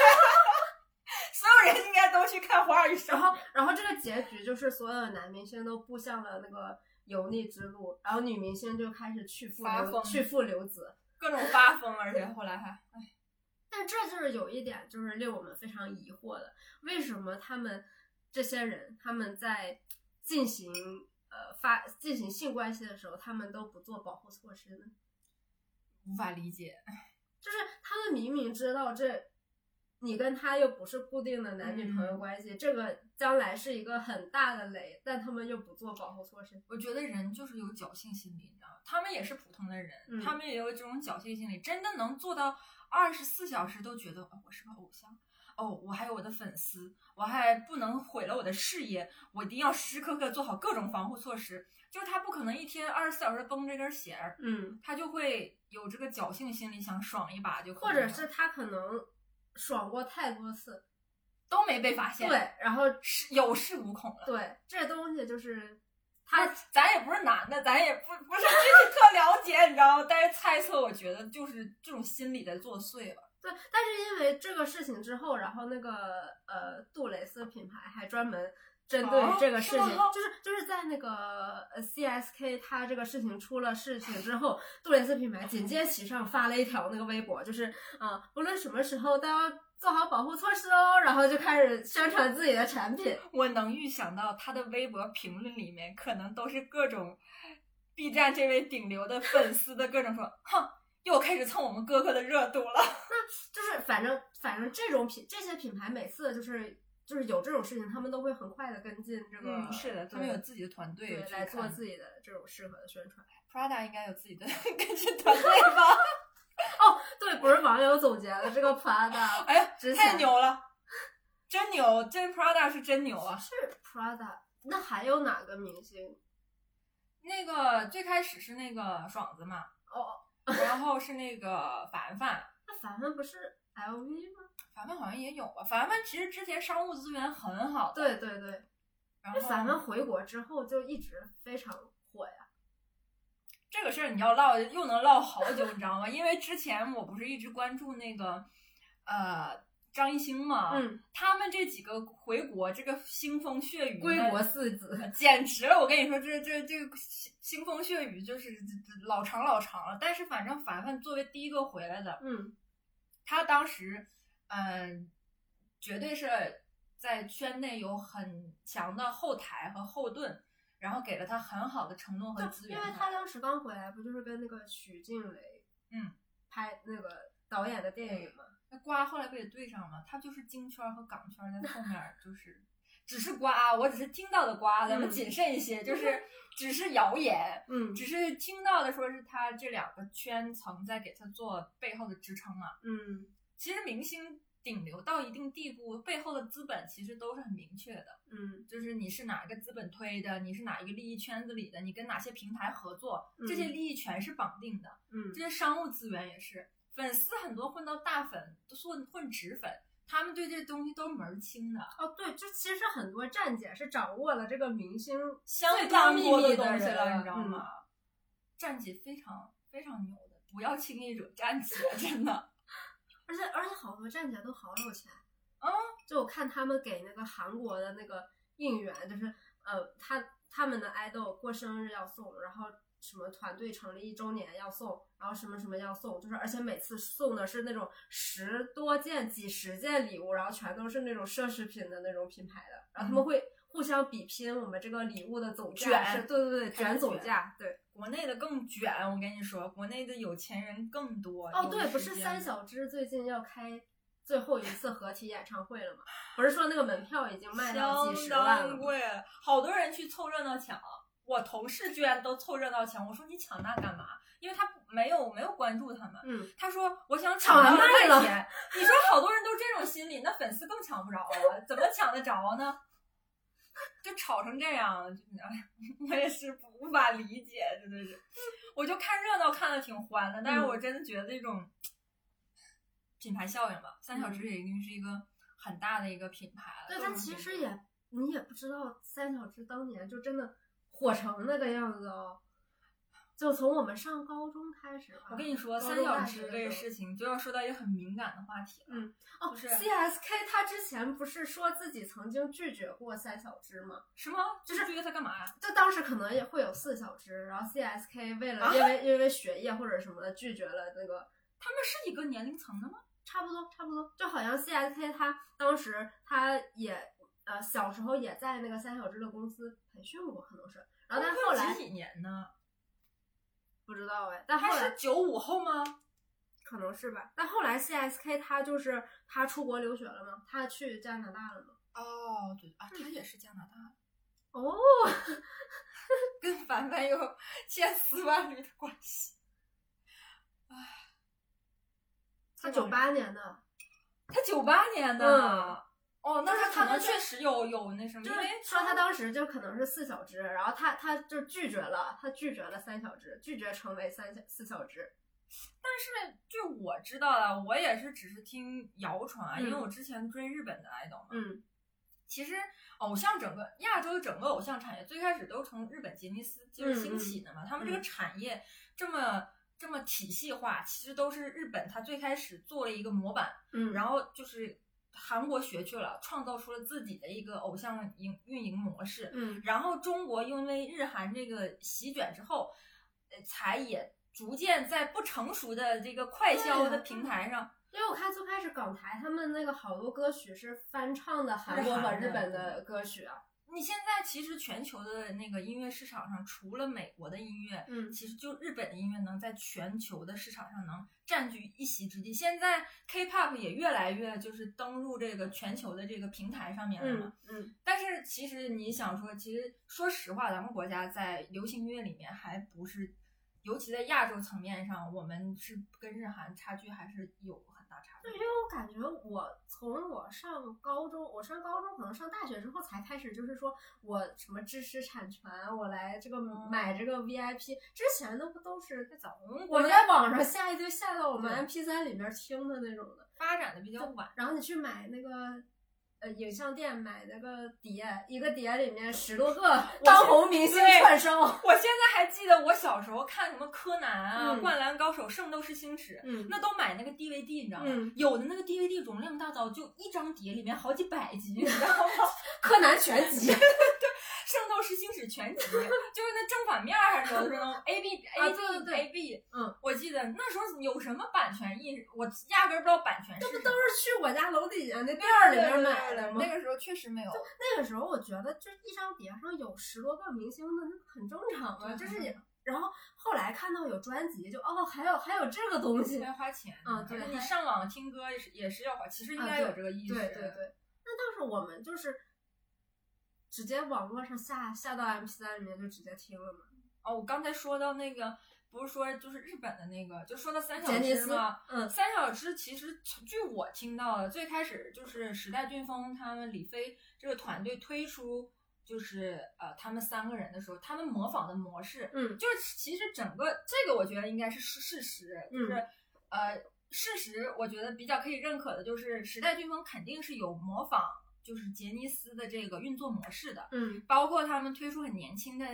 [SPEAKER 4] 所有人应该都去看《花儿与少
[SPEAKER 3] 然
[SPEAKER 4] 年
[SPEAKER 3] 后》。，然后这个结局就是所有的男明星都步向了那个油腻之路，然后女明星就开始去父
[SPEAKER 4] 发
[SPEAKER 3] 留
[SPEAKER 4] 疯
[SPEAKER 3] 去父留子。
[SPEAKER 4] 各种发疯，而且后来还
[SPEAKER 3] 但这就是有一点，就是令我们非常疑惑的，为什么他们这些人他们在进行呃发进行性关系的时候，他们都不做保护措施呢？
[SPEAKER 4] 无法理解。
[SPEAKER 3] 就是他们明明知道这，你跟他又不是固定的男女朋友关系，这个将来是一个很大的雷，但他们又不做保护措施。
[SPEAKER 4] 我觉得人就是有侥幸心理，你知道吗？他们也是普通的人，
[SPEAKER 3] 嗯
[SPEAKER 4] 他们也有这种侥幸心理，真的能做到二十四小时都觉得哦，我是个偶像，哦，我还有我的粉丝，我还不能毁了我的事业，我一定要时时刻刻做好各种防护措施。就是他不可能一天二十四小时都绷着根弦儿，
[SPEAKER 3] 嗯，
[SPEAKER 4] 他就会有这个侥幸心理，想爽一把就可以
[SPEAKER 3] 或者
[SPEAKER 4] 了
[SPEAKER 3] 是他可能爽过太多次，
[SPEAKER 4] 都没被发现，
[SPEAKER 3] 对，，然后
[SPEAKER 4] 是有恃无恐了。
[SPEAKER 3] 对这东西就是
[SPEAKER 4] 他
[SPEAKER 3] 他，
[SPEAKER 4] 咱也不是男的，咱也不不是具体特了解，你知道吗？但是猜测，我觉得就是这种心理在作祟吧。
[SPEAKER 3] 对，但是因为这个事情之后，然后那个呃杜蕾斯品牌还专门。针对于
[SPEAKER 4] 哦
[SPEAKER 3] 这个事
[SPEAKER 4] 是
[SPEAKER 3] 情，
[SPEAKER 4] 吗
[SPEAKER 3] 就是就是在那个呃 CSK 它这个事情出了事情之后，杜蕾斯品牌紧接其上发了一条那个微博，就是啊、呃不论什么时候都要做好保护措施哦，然后就开始宣传自己的产品。
[SPEAKER 4] 我能预想到他的微博评论里面，可能都是各种 B 站这位顶流的粉丝的各种说，哼，又开始蹭我们哥哥的热度了。
[SPEAKER 3] 就是反正反正这种品这些品牌每次就是就是有这种事情，他们都会很快的跟进这个，
[SPEAKER 4] 他们有自己嗯的团队
[SPEAKER 3] 对来做自
[SPEAKER 4] 己
[SPEAKER 3] 己的这种适合的宣传。
[SPEAKER 4] ，Prada 应该有自己的 跟进团队 吧？
[SPEAKER 3] 对，不是网友总结了这个 Prada，
[SPEAKER 4] 哎呀
[SPEAKER 3] 之，前
[SPEAKER 4] 太牛了，真牛，真 Prada 是真牛啊！
[SPEAKER 3] 是 Prada，那还有哪个明星？
[SPEAKER 4] 那个最开始是那个爽子嘛，
[SPEAKER 3] 哦，
[SPEAKER 4] 然后是那个凡凡，
[SPEAKER 3] 那凡凡不是 LV 吗？
[SPEAKER 4] 凡凡好像也有吧。凡凡其实之前商务资源很好的，
[SPEAKER 3] 对对对，
[SPEAKER 4] 然
[SPEAKER 3] 那
[SPEAKER 4] 后
[SPEAKER 3] 凡凡回国之后就一直非常火呀。
[SPEAKER 4] 这个事儿你要唠又能唠好久，你知道吗？因为之前我不是一直关注那个呃张艺兴嘛，，
[SPEAKER 3] 嗯，
[SPEAKER 4] 他们这几个回国这个腥风血雨，
[SPEAKER 3] 归国四子。
[SPEAKER 4] 简直了！我跟你说，这这这个腥风血雨就是老长老长了。但是反正凡凡作为第一个回来的，
[SPEAKER 3] 嗯
[SPEAKER 4] 他当时，嗯、绝对是在圈内有很强的后台和后盾，然后给了他很好的承诺和资
[SPEAKER 3] 对，因
[SPEAKER 4] 源。
[SPEAKER 3] 为他当时刚回来，不就是跟那个许静蕾
[SPEAKER 4] 嗯
[SPEAKER 3] 拍那个导演的电影嘛？
[SPEAKER 4] 那瓜后来不也对上了？他就是京圈和港圈在后面儿，就是只是瓜啊，我只是听到的瓜，咱们
[SPEAKER 3] 嗯
[SPEAKER 4] 谨慎一 些，就是只是谣言。
[SPEAKER 3] 嗯
[SPEAKER 4] 只是听到的说是他这两个圈层在给他做背后的支撑嘛，
[SPEAKER 3] 嗯
[SPEAKER 4] 其实明星顶流到一定地步，背后的资本其实都是很明确的。
[SPEAKER 3] 嗯
[SPEAKER 4] 就是你是哪一个资本推的，你是哪一个利益圈子里的，你跟哪些平台合作，这些
[SPEAKER 3] 嗯
[SPEAKER 4] 利益全是绑定的，
[SPEAKER 3] 嗯
[SPEAKER 4] 这，些商务资源也是。粉丝很多混到大粉，都是混混直粉，他们对这东西都门儿清的，
[SPEAKER 3] 哦，对，就其实很多站姐是掌握了这个明星
[SPEAKER 4] 相
[SPEAKER 3] 最大
[SPEAKER 4] 当
[SPEAKER 3] 秘
[SPEAKER 4] 多
[SPEAKER 3] 密
[SPEAKER 4] 东西
[SPEAKER 3] 人
[SPEAKER 4] 了，你知道
[SPEAKER 3] 嗯
[SPEAKER 4] 吗？站姐非常非常牛的，不要轻易惹站姐，真的。
[SPEAKER 3] 而且而且好多站姐都好有钱
[SPEAKER 4] 啊！
[SPEAKER 3] 就我看他们给那个韩国的那个应援，就是呃，他他们的爱豆过生日要送，然后什么团队成立一周年要送，然后什么什么要送，就是而且每次送的是那种十多件、几十件礼物，然后全都是那种奢侈品的那种品牌的，然后他们会互相比拼我们这个礼物的总价
[SPEAKER 4] 嗯卷
[SPEAKER 3] 是，对对对，
[SPEAKER 4] 开始
[SPEAKER 3] 卷总
[SPEAKER 4] 卷
[SPEAKER 3] 价，对。
[SPEAKER 4] 国内的更卷，我跟你说，国内的有钱人更多。
[SPEAKER 3] 哦，
[SPEAKER 4] 有
[SPEAKER 3] 对，不
[SPEAKER 4] 时
[SPEAKER 3] 是
[SPEAKER 4] 间
[SPEAKER 3] 三小只最近要开最后一次合体演唱会了吗？不是说那个门票已经卖到几十
[SPEAKER 4] 相
[SPEAKER 3] 万
[SPEAKER 4] 当
[SPEAKER 3] 了吗？
[SPEAKER 4] 贵，好多人去凑热闹抢。我同事居然都凑热闹抢，我说你抢那干嘛？因为他没有没有关注他们。
[SPEAKER 3] 嗯，
[SPEAKER 4] 他说我想
[SPEAKER 3] 抢完
[SPEAKER 4] 两
[SPEAKER 3] 卖
[SPEAKER 4] 块
[SPEAKER 3] 了
[SPEAKER 4] 钱。你说好多人都这种心理，那粉丝更抢不着了，怎么抢得着呢？就吵成这样，就哎 我也是不无法理解，真的是。我就看热闹看的挺欢的，但是
[SPEAKER 3] 嗯
[SPEAKER 4] 我真的觉得这种品牌效应吧，三小只也已经是一个很大的一个品牌了。
[SPEAKER 3] 嗯对，
[SPEAKER 4] 各
[SPEAKER 3] 但
[SPEAKER 4] 种
[SPEAKER 3] 其
[SPEAKER 4] 品
[SPEAKER 3] 实
[SPEAKER 4] 牌
[SPEAKER 3] 也你也不知道三小只当年就真的火成那个样子哦，就从我们上高中开始吧。
[SPEAKER 4] 我跟你
[SPEAKER 3] 高
[SPEAKER 4] 说，三
[SPEAKER 3] 中
[SPEAKER 4] 角
[SPEAKER 3] 大
[SPEAKER 4] 池
[SPEAKER 3] 学
[SPEAKER 4] 这个
[SPEAKER 3] 的时候
[SPEAKER 4] 事情就要说到一个很敏感的话题了。
[SPEAKER 3] 嗯哦
[SPEAKER 4] 不是
[SPEAKER 3] ，CSK 他之前不是说自己曾经拒绝过三小只吗？
[SPEAKER 4] 什么？就是觉得他干嘛呀？
[SPEAKER 3] 就当时可能也会有四小只，然后 CSK 为
[SPEAKER 4] 啊
[SPEAKER 3] 了因为、因为学业或者什么的拒绝了那个，
[SPEAKER 4] 他们是一个年龄层的吗？
[SPEAKER 3] 差不多差不多，就好像 CSK 他当时他也呃小时候也在那个三小只的公司培训过，可能是，然后但后
[SPEAKER 4] 他们
[SPEAKER 3] 来
[SPEAKER 4] 几几年呢？
[SPEAKER 3] 不知道哎，但后
[SPEAKER 4] 他
[SPEAKER 3] 来
[SPEAKER 4] 是九五后吗？
[SPEAKER 3] 可能是吧，但后来 CSK 他就是他出国留学了嘛，他去加拿大了嘛，
[SPEAKER 4] 哦，对
[SPEAKER 3] 嗯
[SPEAKER 4] 啊，他也是加拿大，
[SPEAKER 3] 哦，
[SPEAKER 4] 跟凡凡有千丝万缕的关系。
[SPEAKER 3] 他
[SPEAKER 4] 这
[SPEAKER 3] 九
[SPEAKER 4] 种
[SPEAKER 3] 八年的，
[SPEAKER 4] 他九八年的。
[SPEAKER 3] 嗯
[SPEAKER 4] 哦，那
[SPEAKER 3] 就是
[SPEAKER 4] 他
[SPEAKER 3] 可
[SPEAKER 4] 可能
[SPEAKER 3] 能
[SPEAKER 4] 确实有有那什么，
[SPEAKER 3] 就
[SPEAKER 4] 因
[SPEAKER 3] 是
[SPEAKER 4] 为
[SPEAKER 3] 说他当时就可能是四小只，然后他他就拒绝了，他拒绝了三小只，拒绝成为三小四小只。
[SPEAKER 4] 但是据我知道的，我也是只是听谣传啊，因为
[SPEAKER 3] 嗯
[SPEAKER 4] 我之前追日本的 idol 嘛，
[SPEAKER 3] 嗯
[SPEAKER 4] 其实偶像整个亚洲整个偶像产业最开始都是从日本杰尼斯就是兴起的嘛，他们这个产业这么这么体系化，其实都是日本它最开始做了一个模板，
[SPEAKER 3] 嗯
[SPEAKER 4] 然后就是韩国学去了，创造出了自己的一个偶像营运营模式，
[SPEAKER 3] 嗯
[SPEAKER 4] 然后中国因为日韩这个席卷之后，呃，才也逐渐在不成熟的这个快销的平台上，
[SPEAKER 3] 因为我看最开始港台他们那个好多歌曲是翻唱的韩国
[SPEAKER 4] 日韩
[SPEAKER 3] 和
[SPEAKER 4] 的
[SPEAKER 3] 日本的歌曲啊。
[SPEAKER 4] 你现在其实全球的那个音乐市场上，除了美国的音乐，
[SPEAKER 3] 嗯
[SPEAKER 4] 其实就日本的音乐能在全球的市场上能占据一席之地。现在 K-pop 也越来越就是登陆这个全球的这个平台上面了嘛。
[SPEAKER 3] 嗯
[SPEAKER 4] 但是其实你想说，其实说实话，咱们国家在流行音乐里面还不是，尤其在亚洲层面上，我们是跟日韩差距还是有很大差距
[SPEAKER 3] 对，。因为我感觉我从我上高中，我上高中可能上大学之后才开始，就是说我什么知识产权，啊我来这个买这个 VIP，之前都不都是在早。
[SPEAKER 4] 我们
[SPEAKER 3] 我
[SPEAKER 4] 国
[SPEAKER 3] 们
[SPEAKER 4] 家
[SPEAKER 3] 在网上下一堆下到我们
[SPEAKER 4] 对
[SPEAKER 3] MP 3里面听的那种的，
[SPEAKER 4] 发展的比较晚。
[SPEAKER 3] 然后你去买那个呃影像店买那个碟，一个碟里面十多个当红明星
[SPEAKER 4] 对
[SPEAKER 3] 串烧。
[SPEAKER 4] 我现在还记得我小时候看什么柯南啊、
[SPEAKER 3] 嗯
[SPEAKER 4] 灌篮高手、圣斗士星矢，
[SPEAKER 3] 嗯
[SPEAKER 4] 那都买那个 DVD，你知道吗？
[SPEAKER 3] 嗯
[SPEAKER 4] 有的那个 DVD 容量大到就一张碟里面好几百集，你知道吗？
[SPEAKER 3] 柯南全 集
[SPEAKER 4] 圣斗士星矢全集，就是那正反面儿有的时候 A B
[SPEAKER 3] 啊
[SPEAKER 4] A
[SPEAKER 3] 对对
[SPEAKER 4] B
[SPEAKER 3] 对
[SPEAKER 4] A B，
[SPEAKER 3] 嗯，
[SPEAKER 4] 我记得那时候有什么版权意识，我压根儿不知道版权是什么。
[SPEAKER 3] 都是去我家楼底下那店儿里面买的吗
[SPEAKER 4] 那？个时候确实没有，
[SPEAKER 3] 那个时候我觉得就一张碟上有十多个明星的，那很正常啊，就是也。然后后来看到有专辑，就哦，还有还有这个东西，
[SPEAKER 4] 要花钱。
[SPEAKER 3] 嗯对
[SPEAKER 4] 而且你
[SPEAKER 3] 还
[SPEAKER 4] 上网听歌也是也是要花，其实应
[SPEAKER 3] 啊
[SPEAKER 4] 该
[SPEAKER 3] 对
[SPEAKER 4] 有这个意识。
[SPEAKER 3] 对对对，那当时我们就是直接网络上下下到 MP 3里面就直接听了嘛。
[SPEAKER 4] 哦，我刚才说到那个，不是说就是日本的那个，就说到三小
[SPEAKER 3] 杰尼
[SPEAKER 4] 只
[SPEAKER 3] 斯
[SPEAKER 4] 嘛。
[SPEAKER 3] 嗯
[SPEAKER 4] 呃三小只其实据我听到的，最开始就是时代俊峰他们李飞这个团队推出，就是呃他们三个人的时候，他们模仿的模式，
[SPEAKER 3] 嗯
[SPEAKER 4] 就是其实整个这个我觉得应该是事事实，就是、呃事实，我觉得比较可以认可的就是时代俊峰肯定是有模仿就是杰尼斯的这个运作模式的。
[SPEAKER 3] 嗯
[SPEAKER 4] 包括他们推出很年轻的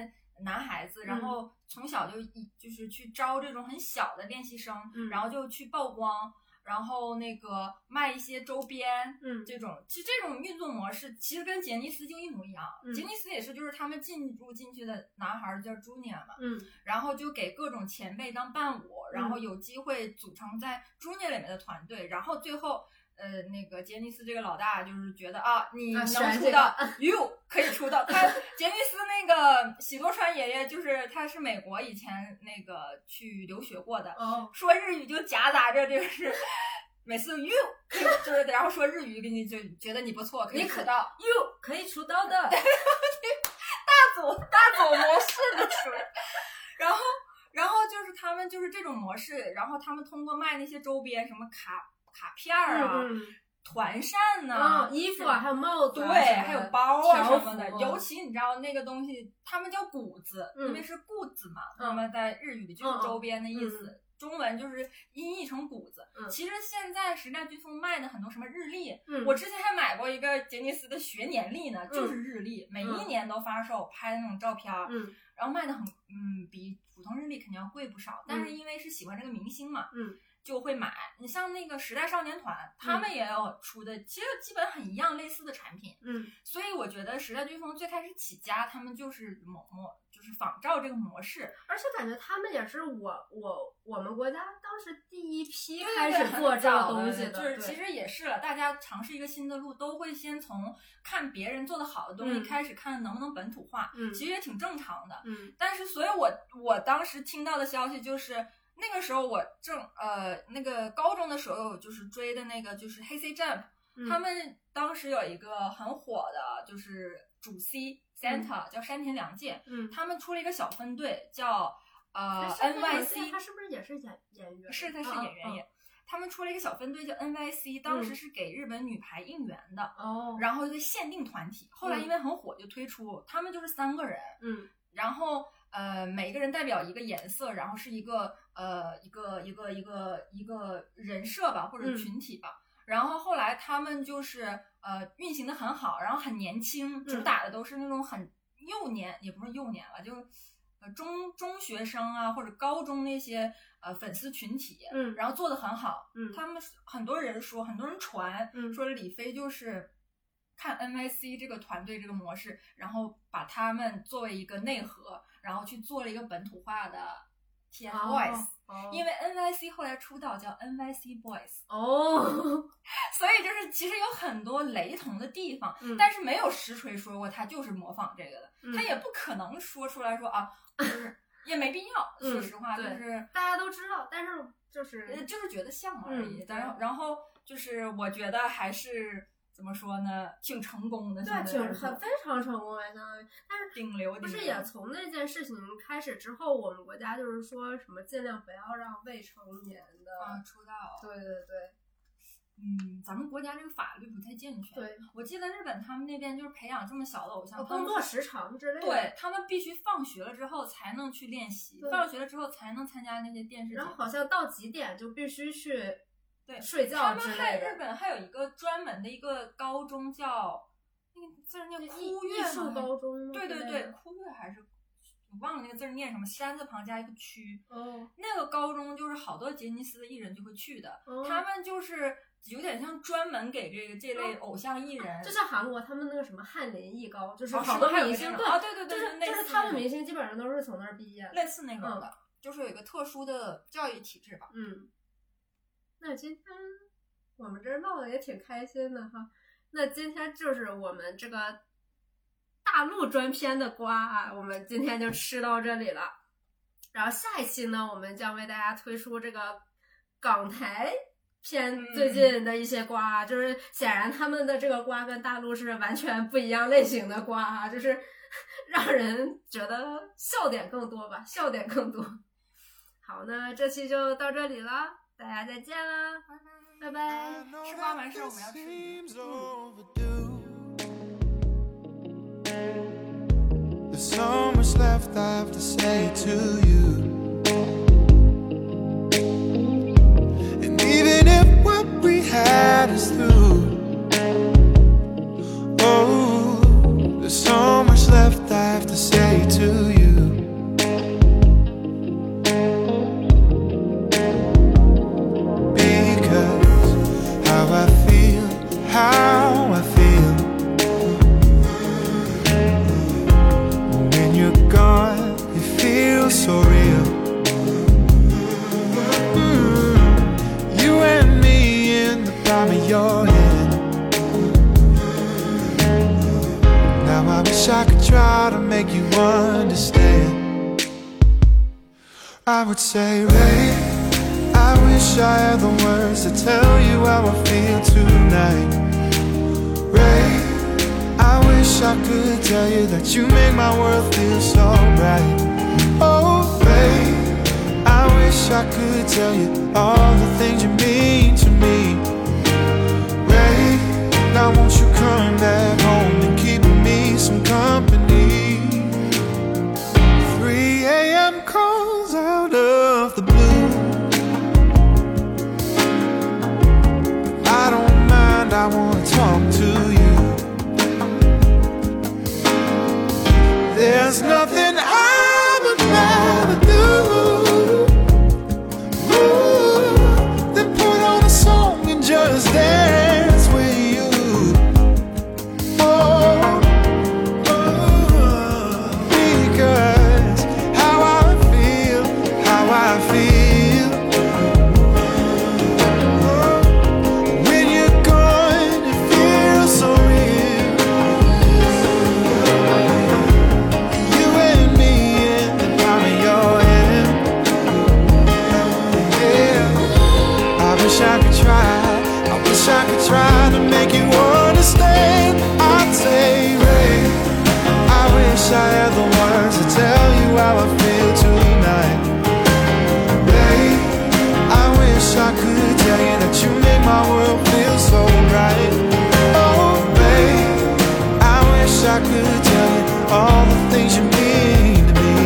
[SPEAKER 4] 男孩子，然
[SPEAKER 3] 嗯
[SPEAKER 4] 后从小就一就是去招这种很小的练习生，
[SPEAKER 3] 嗯
[SPEAKER 4] 然后就去曝光，然后那个卖一些周边。
[SPEAKER 3] 嗯
[SPEAKER 4] 这种其实这种运作模式其实跟杰尼斯就一模一样，
[SPEAKER 3] 嗯
[SPEAKER 4] 杰尼斯也是，就是他们进入进去的男孩儿叫 Junior 嘛，
[SPEAKER 3] 嗯
[SPEAKER 4] 然后就给各种前辈当伴舞，然后有机会组成在 Junior 里面的团队，然后最后呃那个杰尼斯这个老大就是觉得啊，你
[SPEAKER 3] 啊
[SPEAKER 4] 能
[SPEAKER 3] 选
[SPEAKER 4] 出
[SPEAKER 3] 这
[SPEAKER 4] 道、you 可以出道。他杰尼斯那个喜多川爷爷就是他是美国以前那个去留学过的，
[SPEAKER 3] 哦，
[SPEAKER 4] 说日语就夹杂着这个是。 每次 you 可以就是，然后说日语给你就觉得你不错，可以
[SPEAKER 3] 你可
[SPEAKER 4] 出道。
[SPEAKER 3] 哟，可以出道的，
[SPEAKER 4] 大组大走模式的属于。然后，然后就是他们就是这种模式，然后他们通过卖那些周边，什么卡卡片儿啊、
[SPEAKER 3] 嗯
[SPEAKER 4] 团扇呐、
[SPEAKER 3] 嗯，哦，衣服啊，还有帽子
[SPEAKER 4] 对，
[SPEAKER 3] 啊，
[SPEAKER 4] 还有包啊什么的。
[SPEAKER 3] 条幅
[SPEAKER 4] 尤其你知道那个东西，他们叫谷子，
[SPEAKER 3] 嗯
[SPEAKER 4] 因为是固子嘛，
[SPEAKER 3] 嗯
[SPEAKER 4] 那么在日语就是周边的意思。
[SPEAKER 3] 嗯
[SPEAKER 4] 中文就是音译成谷子。
[SPEAKER 3] 嗯
[SPEAKER 4] 其实现在时代飓风卖的很多什么日历，
[SPEAKER 3] 嗯，
[SPEAKER 4] 我之前还买过一个杰尼斯的学年历呢，
[SPEAKER 3] 嗯
[SPEAKER 4] 就是日历，每一年都发售，拍那种照片儿，
[SPEAKER 3] 嗯
[SPEAKER 4] 然后卖的很，嗯，比普通日历肯定要贵不少，但是因为是喜欢这个明星嘛，
[SPEAKER 3] 嗯，
[SPEAKER 4] 就会买。你像那个时代少年团，他们也有出的，其实基本很一样类似的产品，
[SPEAKER 3] 嗯
[SPEAKER 4] 所以我觉得时代飓风最开始起家，他们就是模模，就是仿照这个模式，
[SPEAKER 3] 而且感觉他们也是我我我们国家当时第一批
[SPEAKER 4] 对
[SPEAKER 3] 开
[SPEAKER 4] 对
[SPEAKER 3] 始
[SPEAKER 4] 很
[SPEAKER 3] 做这个
[SPEAKER 4] 早
[SPEAKER 3] 东
[SPEAKER 4] 的
[SPEAKER 3] 西的，
[SPEAKER 4] 就是其
[SPEAKER 3] 实
[SPEAKER 4] 实也是了，大家尝试一个新的路，都会先从看别人做的好的东西
[SPEAKER 3] 嗯
[SPEAKER 4] 开始，看能不能本土化，
[SPEAKER 3] 嗯
[SPEAKER 4] 其实也挺正常的。
[SPEAKER 3] 嗯
[SPEAKER 4] 但是，所以我我当时听到的消息就是。那个时候我正呃那个高中的时候就是追的那个就是黑 C Jump，、
[SPEAKER 3] 嗯
[SPEAKER 4] 他们当时有一个很火的，就是主 C Santa、叫山田凉介，
[SPEAKER 3] 嗯，
[SPEAKER 4] 他们出了一个小分队叫呃
[SPEAKER 3] 哎山田凉介
[SPEAKER 4] NYC
[SPEAKER 3] 他是不是也是演演员？
[SPEAKER 4] 是，他是
[SPEAKER 3] 啊
[SPEAKER 4] 演员也。他们出了一个小分队叫 NYC，当
[SPEAKER 3] 嗯
[SPEAKER 4] 时是给日本女排应援的，
[SPEAKER 3] 哦，
[SPEAKER 4] 然后一个限定团体。后来因为很火，就推出。他们就是三个人，
[SPEAKER 3] 嗯
[SPEAKER 4] 然后呃，每个人代表一个颜色，然后是一个呃一个一个一个一个人设吧，或者
[SPEAKER 3] 嗯
[SPEAKER 4] 群体吧。然后后来他们就是呃运行的很好，然后很年轻，主
[SPEAKER 3] 嗯
[SPEAKER 4] 打的都是那种很幼年，也不是幼年了，就呃中中学生啊或者高中那些呃粉丝群体，
[SPEAKER 3] 嗯
[SPEAKER 4] 然后做的很好。
[SPEAKER 3] 嗯
[SPEAKER 4] 他们很多人说，很多人传、
[SPEAKER 3] 嗯
[SPEAKER 4] 说李飞就是看 NYC 这个团队这个模式，然后把他们作为一个内核，然后去做了一个本土化的 TFBOYS、
[SPEAKER 3] 哦
[SPEAKER 4] 因为 NYC 后来出道叫 NYC Boys，
[SPEAKER 3] 哦，
[SPEAKER 4] 所以就是其实有很多雷同的地方，
[SPEAKER 3] 嗯
[SPEAKER 4] 但是没有实锤说过他就是模仿这个的，
[SPEAKER 3] 嗯
[SPEAKER 4] 他也不可能说出来说啊，就是也没必要。
[SPEAKER 3] 嗯
[SPEAKER 4] 说实话，就
[SPEAKER 3] 对
[SPEAKER 4] 是
[SPEAKER 3] 大家都知道，但是就是
[SPEAKER 4] 呃，就是觉得像而已。
[SPEAKER 3] 嗯
[SPEAKER 4] 然后，然后就是我觉得还是怎么说呢，挺成功的，
[SPEAKER 3] 对，
[SPEAKER 4] 挺
[SPEAKER 3] 挺很非常成功啊，相当于，但是
[SPEAKER 4] 顶流
[SPEAKER 3] 不是
[SPEAKER 4] 顶流
[SPEAKER 3] 也从那件事情开始之后，我们国家就是说什么尽量不要让未成年的，
[SPEAKER 4] 啊出道。
[SPEAKER 3] 对对对，
[SPEAKER 4] 嗯，咱们国家这个法律不太健全。
[SPEAKER 3] 对，
[SPEAKER 4] 我记得日本他们那边就是培养这么小的偶像，他们
[SPEAKER 3] 哦工作时长之类的，
[SPEAKER 4] 对他们必须放学了之后才能去练习，
[SPEAKER 3] 对
[SPEAKER 4] 放学了之后才能参加那些电视节
[SPEAKER 3] 然后
[SPEAKER 4] 目。
[SPEAKER 3] 好像到几点就必须去
[SPEAKER 4] 对
[SPEAKER 3] 睡觉
[SPEAKER 4] 他
[SPEAKER 3] 之
[SPEAKER 4] 们还
[SPEAKER 3] 类
[SPEAKER 4] 日
[SPEAKER 3] 的，
[SPEAKER 4] 本还有一个专门的一个高中叫那个字儿念
[SPEAKER 3] 艺
[SPEAKER 4] 枯
[SPEAKER 3] 艺
[SPEAKER 4] 月
[SPEAKER 3] 术
[SPEAKER 4] 吗
[SPEAKER 3] 高中，
[SPEAKER 4] 对对对，，枯月还是我忘了那个字儿念什么，山字旁加一个区。
[SPEAKER 3] 哦，
[SPEAKER 4] 那个高中就是好多杰尼斯的艺人就会去的，
[SPEAKER 3] 哦
[SPEAKER 4] 他们就是有点像专门给这个这类偶像艺人，
[SPEAKER 3] 就像韩国他们那个什么翰林艺高，就是
[SPEAKER 4] 哦
[SPEAKER 3] 好
[SPEAKER 4] 是
[SPEAKER 3] 多
[SPEAKER 4] 吗还有
[SPEAKER 3] 明
[SPEAKER 4] 这
[SPEAKER 3] 星，
[SPEAKER 4] 种
[SPEAKER 3] 对
[SPEAKER 4] 哦对对
[SPEAKER 3] 就
[SPEAKER 4] 对
[SPEAKER 3] 是
[SPEAKER 4] 对
[SPEAKER 3] 就是
[SPEAKER 4] 类似
[SPEAKER 3] 他
[SPEAKER 4] 那
[SPEAKER 3] 们
[SPEAKER 4] 种
[SPEAKER 3] 明星基本上都是从那儿毕业的，
[SPEAKER 4] 类似那种
[SPEAKER 3] 嗯
[SPEAKER 4] 的，就是有一个特殊的教育体制吧。
[SPEAKER 3] 嗯，那今天我们这儿唠的也挺开心的哈。那今天就是我们这个大陆专篇的瓜啊，我们今天就吃到这里了。然后下一期呢，我们将为大家推出这个港台片
[SPEAKER 4] 嗯
[SPEAKER 3] 最近的一些瓜啊，就是显然他们的这个瓜跟大陆是完全不一样类型的瓜啊，就是 让人觉得笑点更多吧，笑点更多。好，那这期就到这里了，大家再见啦，拜拜。
[SPEAKER 4] 吃瓜完事儿我们要吃鱼。
[SPEAKER 5] There's so much left I have to say to you. And even if what we had is through, oh, there's so much left I have to say to you. Because how I feel, how I feel. When you're gone, it feels so real. Mm, You and me in the palm of your hand. Now I wish I could try to make you understand. I would say, Ray, I wish I had the words to tell you how I feel tonight. Ray, I wish I could tell you that you make my world feel so bright. Oh, babe, I wish I could tell you all the things you mean to me. Babe, now won't you come back home and keep me some company? 3 a.m. calls out of the blue. I don't mind, I wanna talk to you. There's nothing I would rather do Ooh, than put on a song and just dance with you. Oh, oh, because how I feel, how I feel. oh, when you're gone, it feels so real. You and me in the palm of your hand. Yeah. I wish I could try. I wish I could try to make you understand. I'd say, babe, I wish I had the words to tell you how I feel tonight. Babe, I wish I could tell you that you make my world feel so bright. Oh, babe, I wish I could tell you all the things you mean to me.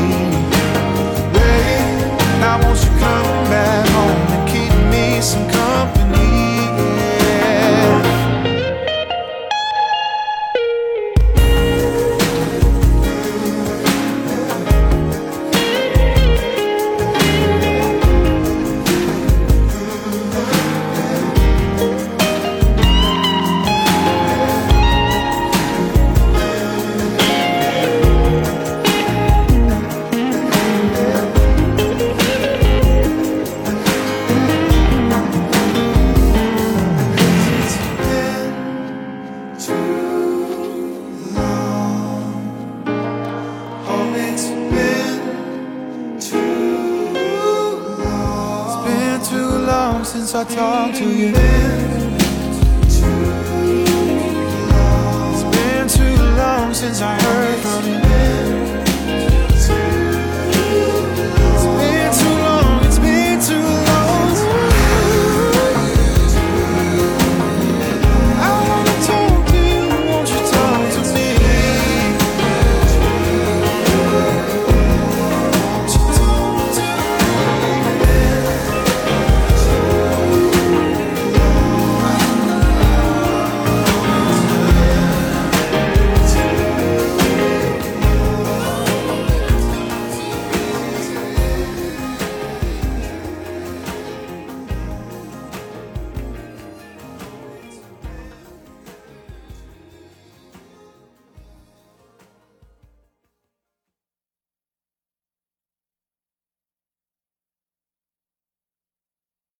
[SPEAKER 5] Babe, now won't you come back home and keep me some company? Yeah. It's been too long. Oh, it's been too long. It's been too long since I talked to you. It's been too long since I heard from you.